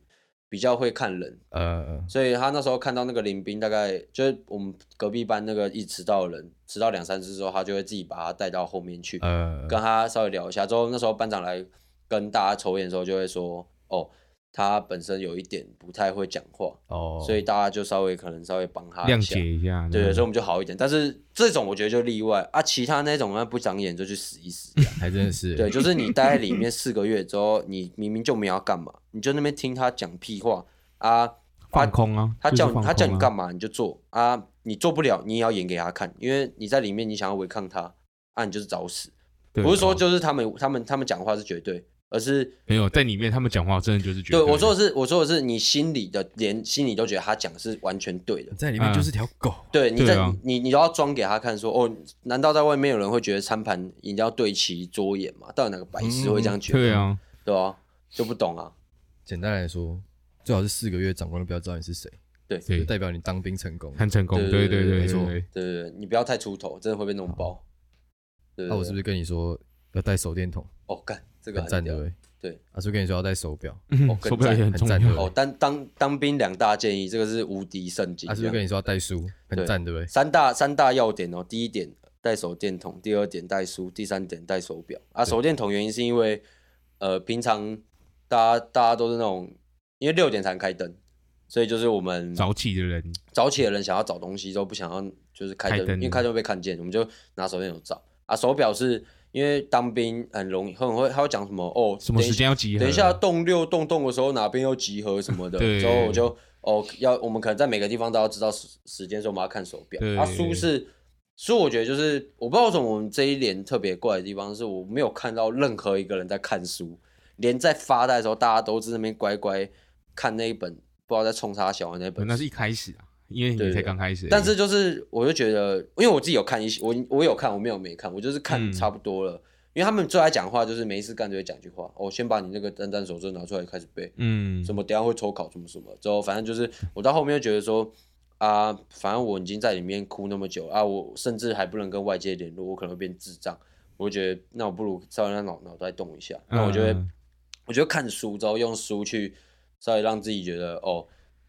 [SPEAKER 1] 比较会看人，
[SPEAKER 2] 呃，
[SPEAKER 1] 所以他那时候看到那个林斌，大概就是我们隔壁班那个一迟到的人，迟到两三次之后，他就会自己把他带到后面去，
[SPEAKER 2] 呃，
[SPEAKER 1] 跟他稍微聊一下。之后那时候班长来跟大家抽烟的时候，就会说哦，他本身有一点不太会讲话，
[SPEAKER 2] 哦，
[SPEAKER 1] 所以大家就稍微可能稍微帮他一
[SPEAKER 3] 谅
[SPEAKER 1] 下
[SPEAKER 3] 解一嗯下。
[SPEAKER 1] 对对，所以
[SPEAKER 3] 就
[SPEAKER 1] 我们就好一点。但是这种我觉得就例外啊，其他那种啊不长眼就去死一死。
[SPEAKER 2] 还真的是，
[SPEAKER 1] 对，就是你待在里面四个月之后，你明明就没有要干嘛，你就那边听他讲屁话啊，
[SPEAKER 3] 放空啊，
[SPEAKER 1] 他叫
[SPEAKER 3] 就是
[SPEAKER 1] 你
[SPEAKER 3] 放空啊
[SPEAKER 1] 他叫你干嘛你就做啊，你做不了你也要演给他看，因为你在里面你想要违抗他啊，你就是找死。
[SPEAKER 3] 对
[SPEAKER 1] 不是说
[SPEAKER 3] 哦
[SPEAKER 1] 就是他们他们他们讲话是绝对，而是
[SPEAKER 3] 没有在里面，他们讲话真的就是觉
[SPEAKER 1] 对
[SPEAKER 3] 得
[SPEAKER 1] 我说的是我说的是你心里的连心里都觉得他讲的是完全对的
[SPEAKER 2] 你。在里面
[SPEAKER 3] 嗯
[SPEAKER 2] 就是条狗，
[SPEAKER 1] 对，你在、
[SPEAKER 3] 对啊
[SPEAKER 1] 你你都要装给他看说，哦，难道在外面有人会觉得餐盘饮料对齐桌眼吗？到底哪个白痴会这样觉
[SPEAKER 2] 嗯
[SPEAKER 1] 得？
[SPEAKER 3] 对，啊，
[SPEAKER 1] 对啊，就不懂啊。
[SPEAKER 2] 简单来说，最好是四个月长官都不要知道你是谁，就
[SPEAKER 3] 对，
[SPEAKER 2] 代表你当兵成功。
[SPEAKER 3] 很成功，
[SPEAKER 1] 对
[SPEAKER 3] 对
[SPEAKER 1] 对
[SPEAKER 3] 对，
[SPEAKER 2] 没错
[SPEAKER 3] 对对
[SPEAKER 1] 对对对，你不要太出头，真的会被弄爆。对对
[SPEAKER 2] 那我是不
[SPEAKER 1] 是？
[SPEAKER 2] 是跟你说要带手电筒？
[SPEAKER 1] 哦，干这个
[SPEAKER 2] 很
[SPEAKER 1] 很
[SPEAKER 2] 赞，对
[SPEAKER 1] 屌
[SPEAKER 2] 不。对？
[SPEAKER 1] 对，
[SPEAKER 2] 啊，是不是跟你说要带手表？
[SPEAKER 1] 哦
[SPEAKER 3] 嗯
[SPEAKER 1] 更
[SPEAKER 3] 手表也很
[SPEAKER 2] 赞很
[SPEAKER 3] 重
[SPEAKER 2] 赞
[SPEAKER 3] 要
[SPEAKER 1] 哦，，当当当兵两大建议，这个是无敌圣经。
[SPEAKER 2] 啊，是不是
[SPEAKER 1] 这
[SPEAKER 2] 跟
[SPEAKER 1] 样
[SPEAKER 2] 你说要带书？很赞，对不对？
[SPEAKER 1] 三大三大要点哦，第一点带手电筒，第二点带书，第三点带手表。啊，手电筒原因是因为，呃，平常大家大家都是那种，因为六点才开灯，所以就是我们
[SPEAKER 3] 早起的人，
[SPEAKER 1] 早起的人想要找东西都不想要，就是开
[SPEAKER 3] 开
[SPEAKER 1] 灯，
[SPEAKER 3] 灯
[SPEAKER 1] 因为开灯会被看见，我们就拿手电筒照。啊，手表是因为当兵很容易，很会他会讲什么哦，
[SPEAKER 3] 什么
[SPEAKER 1] 等一
[SPEAKER 3] 时间要集合？
[SPEAKER 1] 等一下，动六动动的时候，哪边又集合什么的，
[SPEAKER 3] 对
[SPEAKER 1] 之后我就哦要我们可能在每个地方都要知道时时间，所以我们要看手表
[SPEAKER 3] 对。
[SPEAKER 1] 啊，书是书，我觉得就是我不知道为什么我们这一年特别怪的地方，是我没有看到任何一个人在看书，连在发呆的时候，大家都在那边乖乖看那一本不知道在冲啥小的那本
[SPEAKER 3] 那
[SPEAKER 1] 书。
[SPEAKER 3] 是一开始啊，因为
[SPEAKER 1] 对对
[SPEAKER 3] 你才刚开始而已，
[SPEAKER 1] 但是就是我就觉得，因为我自己有看一些，我我有看，我没有没看，我就是
[SPEAKER 3] 嗯
[SPEAKER 1] 看差不多了。因为他们最爱讲话就是没事干就会讲一句话，哦，先把你那个单单手册拿出来开始背，
[SPEAKER 3] 嗯，
[SPEAKER 1] 什么等一下会抽考什么什么，之后反正就是我到后面就觉得说啊，反正我已经在里面哭那么久啊，我甚至还不能跟外界联络，我可能会变智障。我就觉得那我不如稍微让脑脑袋动一下，那我就会、
[SPEAKER 3] 嗯
[SPEAKER 1] 我觉得看书之后用书去稍微让自己觉得哦，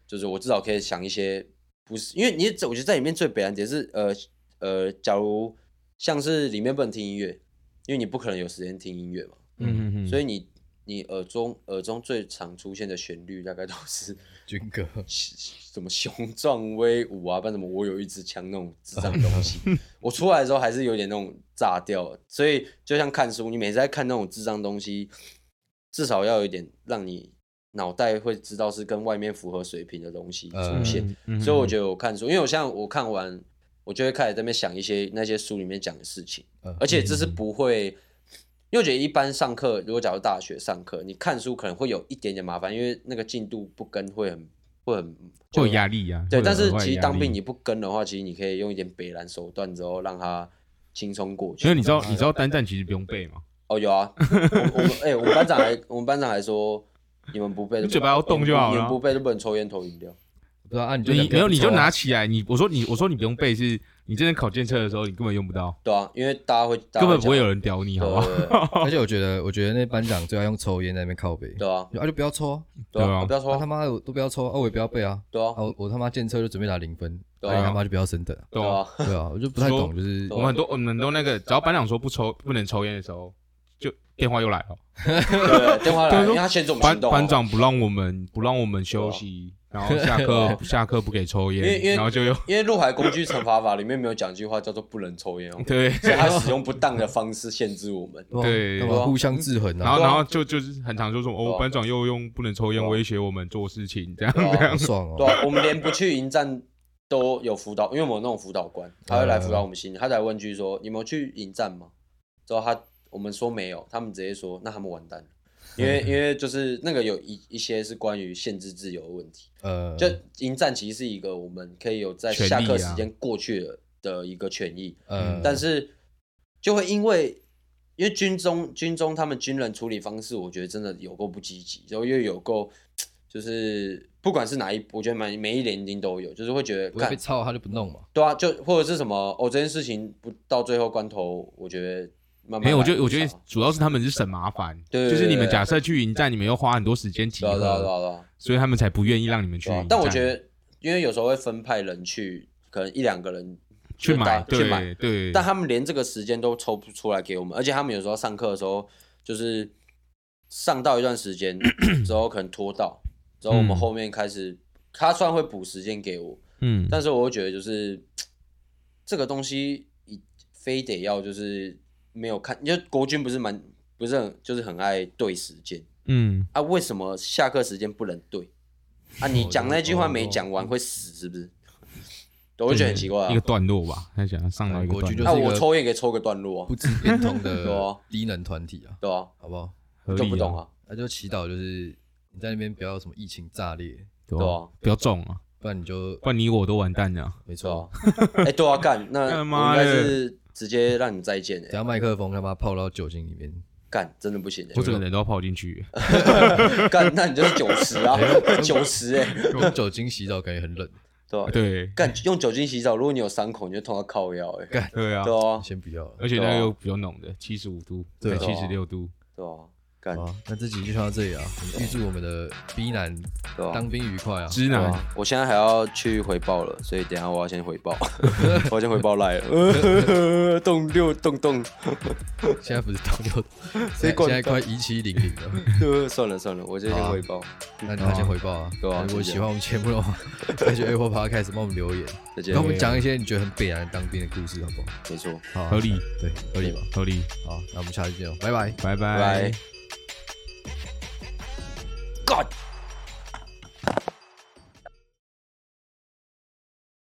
[SPEAKER 1] 就是我至少可以想一些不是，因为你我觉得在里面最北岸点是呃呃，假如像是里面不能听音乐，因为你不可能有时间听音乐嘛，
[SPEAKER 3] 嗯嗯嗯，
[SPEAKER 1] 所
[SPEAKER 3] 以
[SPEAKER 1] 以你你耳中耳中最常出现的旋律大概都是
[SPEAKER 2] 军哥，
[SPEAKER 1] 什么雄壮威武啊，不然什么我有一支枪那种智障 东西。我出来的时候还是有点那种炸掉了，所以就像看书，你每次在看那种智障东西，至少要有一点让你脑袋会知道是跟外面符合水平的东西出现。
[SPEAKER 3] 嗯
[SPEAKER 1] 所以我觉得我看书，因为我像我看完，我就会开始在那边想一些那些书里面讲的事情，
[SPEAKER 3] 呃
[SPEAKER 2] 嗯
[SPEAKER 1] 而且这是不会，因为我觉得一般上课，如果假如大学上课，你看书可能会有一点点麻烦，因为那个进度不跟会很会很
[SPEAKER 3] 会有压力啊，
[SPEAKER 1] 对，
[SPEAKER 3] 会有
[SPEAKER 1] 但是
[SPEAKER 3] 额外
[SPEAKER 1] 其实
[SPEAKER 3] 压
[SPEAKER 1] 当
[SPEAKER 3] 力
[SPEAKER 1] 兵你不跟的话，其实你可以用一点北兰手段之后让它轻松过去。
[SPEAKER 3] 因为你知道，你知道单战其实不用背嘛，
[SPEAKER 1] 哦，有啊，我我们哎、我们班长还我们班长还说，你们不背就
[SPEAKER 3] 你嘴巴要动就好了
[SPEAKER 1] 你们不背就不能抽烟投饮料。
[SPEAKER 2] 不知道啊，你就
[SPEAKER 3] 你
[SPEAKER 2] 两个
[SPEAKER 3] 没有你就
[SPEAKER 2] 不错啊
[SPEAKER 3] 拿起来，你我说你我说你不用背，是你真正考监测的时候你根本用不到，
[SPEAKER 1] 对啊，因为大家会大家
[SPEAKER 3] 根本不会
[SPEAKER 1] 讲
[SPEAKER 3] 有人屌你，好不好？
[SPEAKER 1] 对对对
[SPEAKER 2] 而且我觉得，我觉得那班长就要用抽烟在那边靠北，
[SPEAKER 1] 对啊，
[SPEAKER 2] 就啊就不要抽啊，
[SPEAKER 1] 对
[SPEAKER 3] 对啊
[SPEAKER 1] 啊，不要
[SPEAKER 2] 啊他
[SPEAKER 1] 说，
[SPEAKER 2] 妈的我都不要抽啊，我也不要背啊，
[SPEAKER 1] 对啊
[SPEAKER 2] 啊，我我他妈见车就准备拿零分，
[SPEAKER 1] 对
[SPEAKER 2] 啊
[SPEAKER 1] 啊
[SPEAKER 2] 你他妈就不要升等 啊，
[SPEAKER 1] 对
[SPEAKER 3] 啊
[SPEAKER 1] 啊，
[SPEAKER 2] 对啊，我就不太懂，就是
[SPEAKER 3] 我们很多我们很多那个，只要班长说不抽不能抽烟的时候，就电话又来了，
[SPEAKER 1] 对，电话
[SPEAKER 3] 对
[SPEAKER 1] 来，
[SPEAKER 3] 啊
[SPEAKER 1] 因为他限制我们
[SPEAKER 3] 班
[SPEAKER 1] 行动啊。啊
[SPEAKER 3] 班长不让我们不让我们休息，然后 下课下课不给抽
[SPEAKER 1] 因为因
[SPEAKER 3] 烟，
[SPEAKER 1] 为
[SPEAKER 3] 然后就又，
[SPEAKER 1] 因为《陆海工具惩罚法》里面没有讲一句话叫做不能抽烟哦
[SPEAKER 3] 对，
[SPEAKER 1] 所以他使用不当的方式限制我们。
[SPEAKER 2] 哇
[SPEAKER 3] 对
[SPEAKER 2] 啊干嘛互相制衡
[SPEAKER 3] 然
[SPEAKER 2] 啊，
[SPEAKER 3] 后
[SPEAKER 1] 对啊
[SPEAKER 3] 然后就就是很常就说
[SPEAKER 1] 对
[SPEAKER 3] 哦
[SPEAKER 1] 啊
[SPEAKER 3] 班长又用不能抽烟
[SPEAKER 1] 对啊
[SPEAKER 3] 威胁我们做事情这 样
[SPEAKER 1] 对
[SPEAKER 3] 这
[SPEAKER 1] 啊
[SPEAKER 3] 样，
[SPEAKER 2] 好爽
[SPEAKER 1] 对
[SPEAKER 2] 哦，
[SPEAKER 1] 啊，我们连不去迎战都有辅导，因为我们有那种辅导官，他会来辅导我们心理，他来问句说：“你们有去迎战吗？”之后他我们说没有，他们直接说：“那他们完蛋了。”因为因为就是那个有一一些是关于限制自由的问题，
[SPEAKER 2] 呃，
[SPEAKER 1] 就迎战其实是一个我们可以有在
[SPEAKER 3] 权利
[SPEAKER 1] 下课
[SPEAKER 3] 啊
[SPEAKER 1] 时间过去的的一个权益，啊
[SPEAKER 3] 嗯
[SPEAKER 2] 呃，
[SPEAKER 1] 但是就会因为因为军中军中他们军人处理方式，我觉得真的有够不积极，然后又有够就是不管是哪一，我觉得每每一年一定都有，就是会觉得
[SPEAKER 2] 不会被
[SPEAKER 1] 看
[SPEAKER 2] 操他就不弄嘛，
[SPEAKER 1] 对啊，就或者是什么哦，这件事情不到最后关头，我觉得慢慢
[SPEAKER 3] 没有，我
[SPEAKER 1] 来
[SPEAKER 3] 觉得我觉
[SPEAKER 1] 至
[SPEAKER 3] 得
[SPEAKER 1] 少
[SPEAKER 3] 主要是他们是省麻烦，
[SPEAKER 1] 啊对
[SPEAKER 3] 就是你
[SPEAKER 1] 对
[SPEAKER 3] 们
[SPEAKER 1] 对
[SPEAKER 3] 假设去迎战，你们要花很多时间集
[SPEAKER 1] 对啊对啊对
[SPEAKER 3] 合，
[SPEAKER 1] 啊对啊
[SPEAKER 3] 所以他们才不愿意让你们去
[SPEAKER 1] 对啊
[SPEAKER 3] 迎，
[SPEAKER 1] 但我
[SPEAKER 3] 战
[SPEAKER 1] 觉得因为有时候会分派人去，可能一两个人
[SPEAKER 3] 去
[SPEAKER 1] 就
[SPEAKER 3] 买
[SPEAKER 1] 打去
[SPEAKER 3] 对
[SPEAKER 1] 买，
[SPEAKER 3] 对，
[SPEAKER 1] 但他们连这个时间都抽不出来给我们，而且他们有时候上课的时候，就是上到一段时 间之后，可能拖到之后，我们后面开始、他虽然会补时间给我，
[SPEAKER 3] 嗯，
[SPEAKER 1] 但是我会觉得就是这个东西一非得要就是没有看，因为国军不是蛮不是很就是很爱对时间
[SPEAKER 3] 嗯，
[SPEAKER 1] 啊，为什么下课时间不能对啊？你讲那句话没讲
[SPEAKER 3] 哦
[SPEAKER 1] 完会死是不是？我就觉得很奇怪
[SPEAKER 3] 一个
[SPEAKER 1] 啊。
[SPEAKER 3] 段落吧，他想要上到一个
[SPEAKER 2] 国
[SPEAKER 3] 段
[SPEAKER 2] 剧就
[SPEAKER 1] 那
[SPEAKER 3] 落，
[SPEAKER 2] 是一个
[SPEAKER 1] 我抽烟可以抽个段落啊
[SPEAKER 2] 不，知变 通
[SPEAKER 1] 对
[SPEAKER 2] 的
[SPEAKER 1] 啊
[SPEAKER 2] 低能团体啊，
[SPEAKER 1] 对啊，
[SPEAKER 2] 好不好？
[SPEAKER 3] 合理
[SPEAKER 1] 就不懂
[SPEAKER 3] 啊，
[SPEAKER 1] 啊，
[SPEAKER 2] 那就祈祷就是你在那边不要有什么疫情炸裂，
[SPEAKER 3] 对
[SPEAKER 1] 对啊
[SPEAKER 3] 吧？不要中啊，
[SPEAKER 2] 不然你就
[SPEAKER 3] 不然你我都完蛋了。
[SPEAKER 2] 没
[SPEAKER 1] 对啊
[SPEAKER 2] 错，。
[SPEAKER 1] 哎，对啊，干那我
[SPEAKER 3] 干
[SPEAKER 1] 应
[SPEAKER 3] 妈的
[SPEAKER 1] 该是直接让你再见
[SPEAKER 2] 等
[SPEAKER 1] 哎，
[SPEAKER 2] 下麦克风他妈泡到酒精里 面，
[SPEAKER 1] 干真的不行
[SPEAKER 3] 我整个人都要泡进去，
[SPEAKER 1] 哎，干那你就是九十啊，九十哎，
[SPEAKER 2] 用酒精洗澡感觉很冷，
[SPEAKER 1] 对啊。
[SPEAKER 3] 对
[SPEAKER 1] 干用酒精洗澡，如果你有伤口，你就痛到靠腰哎、
[SPEAKER 2] 干
[SPEAKER 3] 对啊，
[SPEAKER 1] 对啊，
[SPEAKER 2] 先不要了，
[SPEAKER 3] 而且那
[SPEAKER 1] 对
[SPEAKER 3] 个
[SPEAKER 1] 啊
[SPEAKER 3] 又比较浓的，七十五度，
[SPEAKER 2] 对啊
[SPEAKER 3] 七十六度，
[SPEAKER 1] 对啊，干
[SPEAKER 2] 好啊，那这集就到这里啊，我们预祝我们的 B 男
[SPEAKER 1] 对啊
[SPEAKER 2] 当兵愉快啊，
[SPEAKER 3] 直
[SPEAKER 1] 对
[SPEAKER 3] 男
[SPEAKER 1] 啊，我现在还要去回报了，所以等一下我要先回报，我要先回报来了，动六动动，
[SPEAKER 2] 现在不是当六，
[SPEAKER 1] 谁
[SPEAKER 2] 现在
[SPEAKER 1] 管
[SPEAKER 2] 现在快一七零零了。
[SPEAKER 1] 呃算了算了，我就先回报，
[SPEAKER 2] 那你要先回报啊！
[SPEAKER 1] 对啊
[SPEAKER 2] 如果喜欢我们节目的话，可以去 Apple Podcast 帮我们留言，
[SPEAKER 1] 再见
[SPEAKER 2] 跟我，们讲一些你觉得很北南当兵的故事，好不好？
[SPEAKER 1] 没错，
[SPEAKER 2] 好啊，
[SPEAKER 3] 合理
[SPEAKER 2] 对，合理吧？啊
[SPEAKER 3] 合理，
[SPEAKER 2] 好，那我们下期见哦，拜拜。
[SPEAKER 3] 拜
[SPEAKER 1] 拜拜。God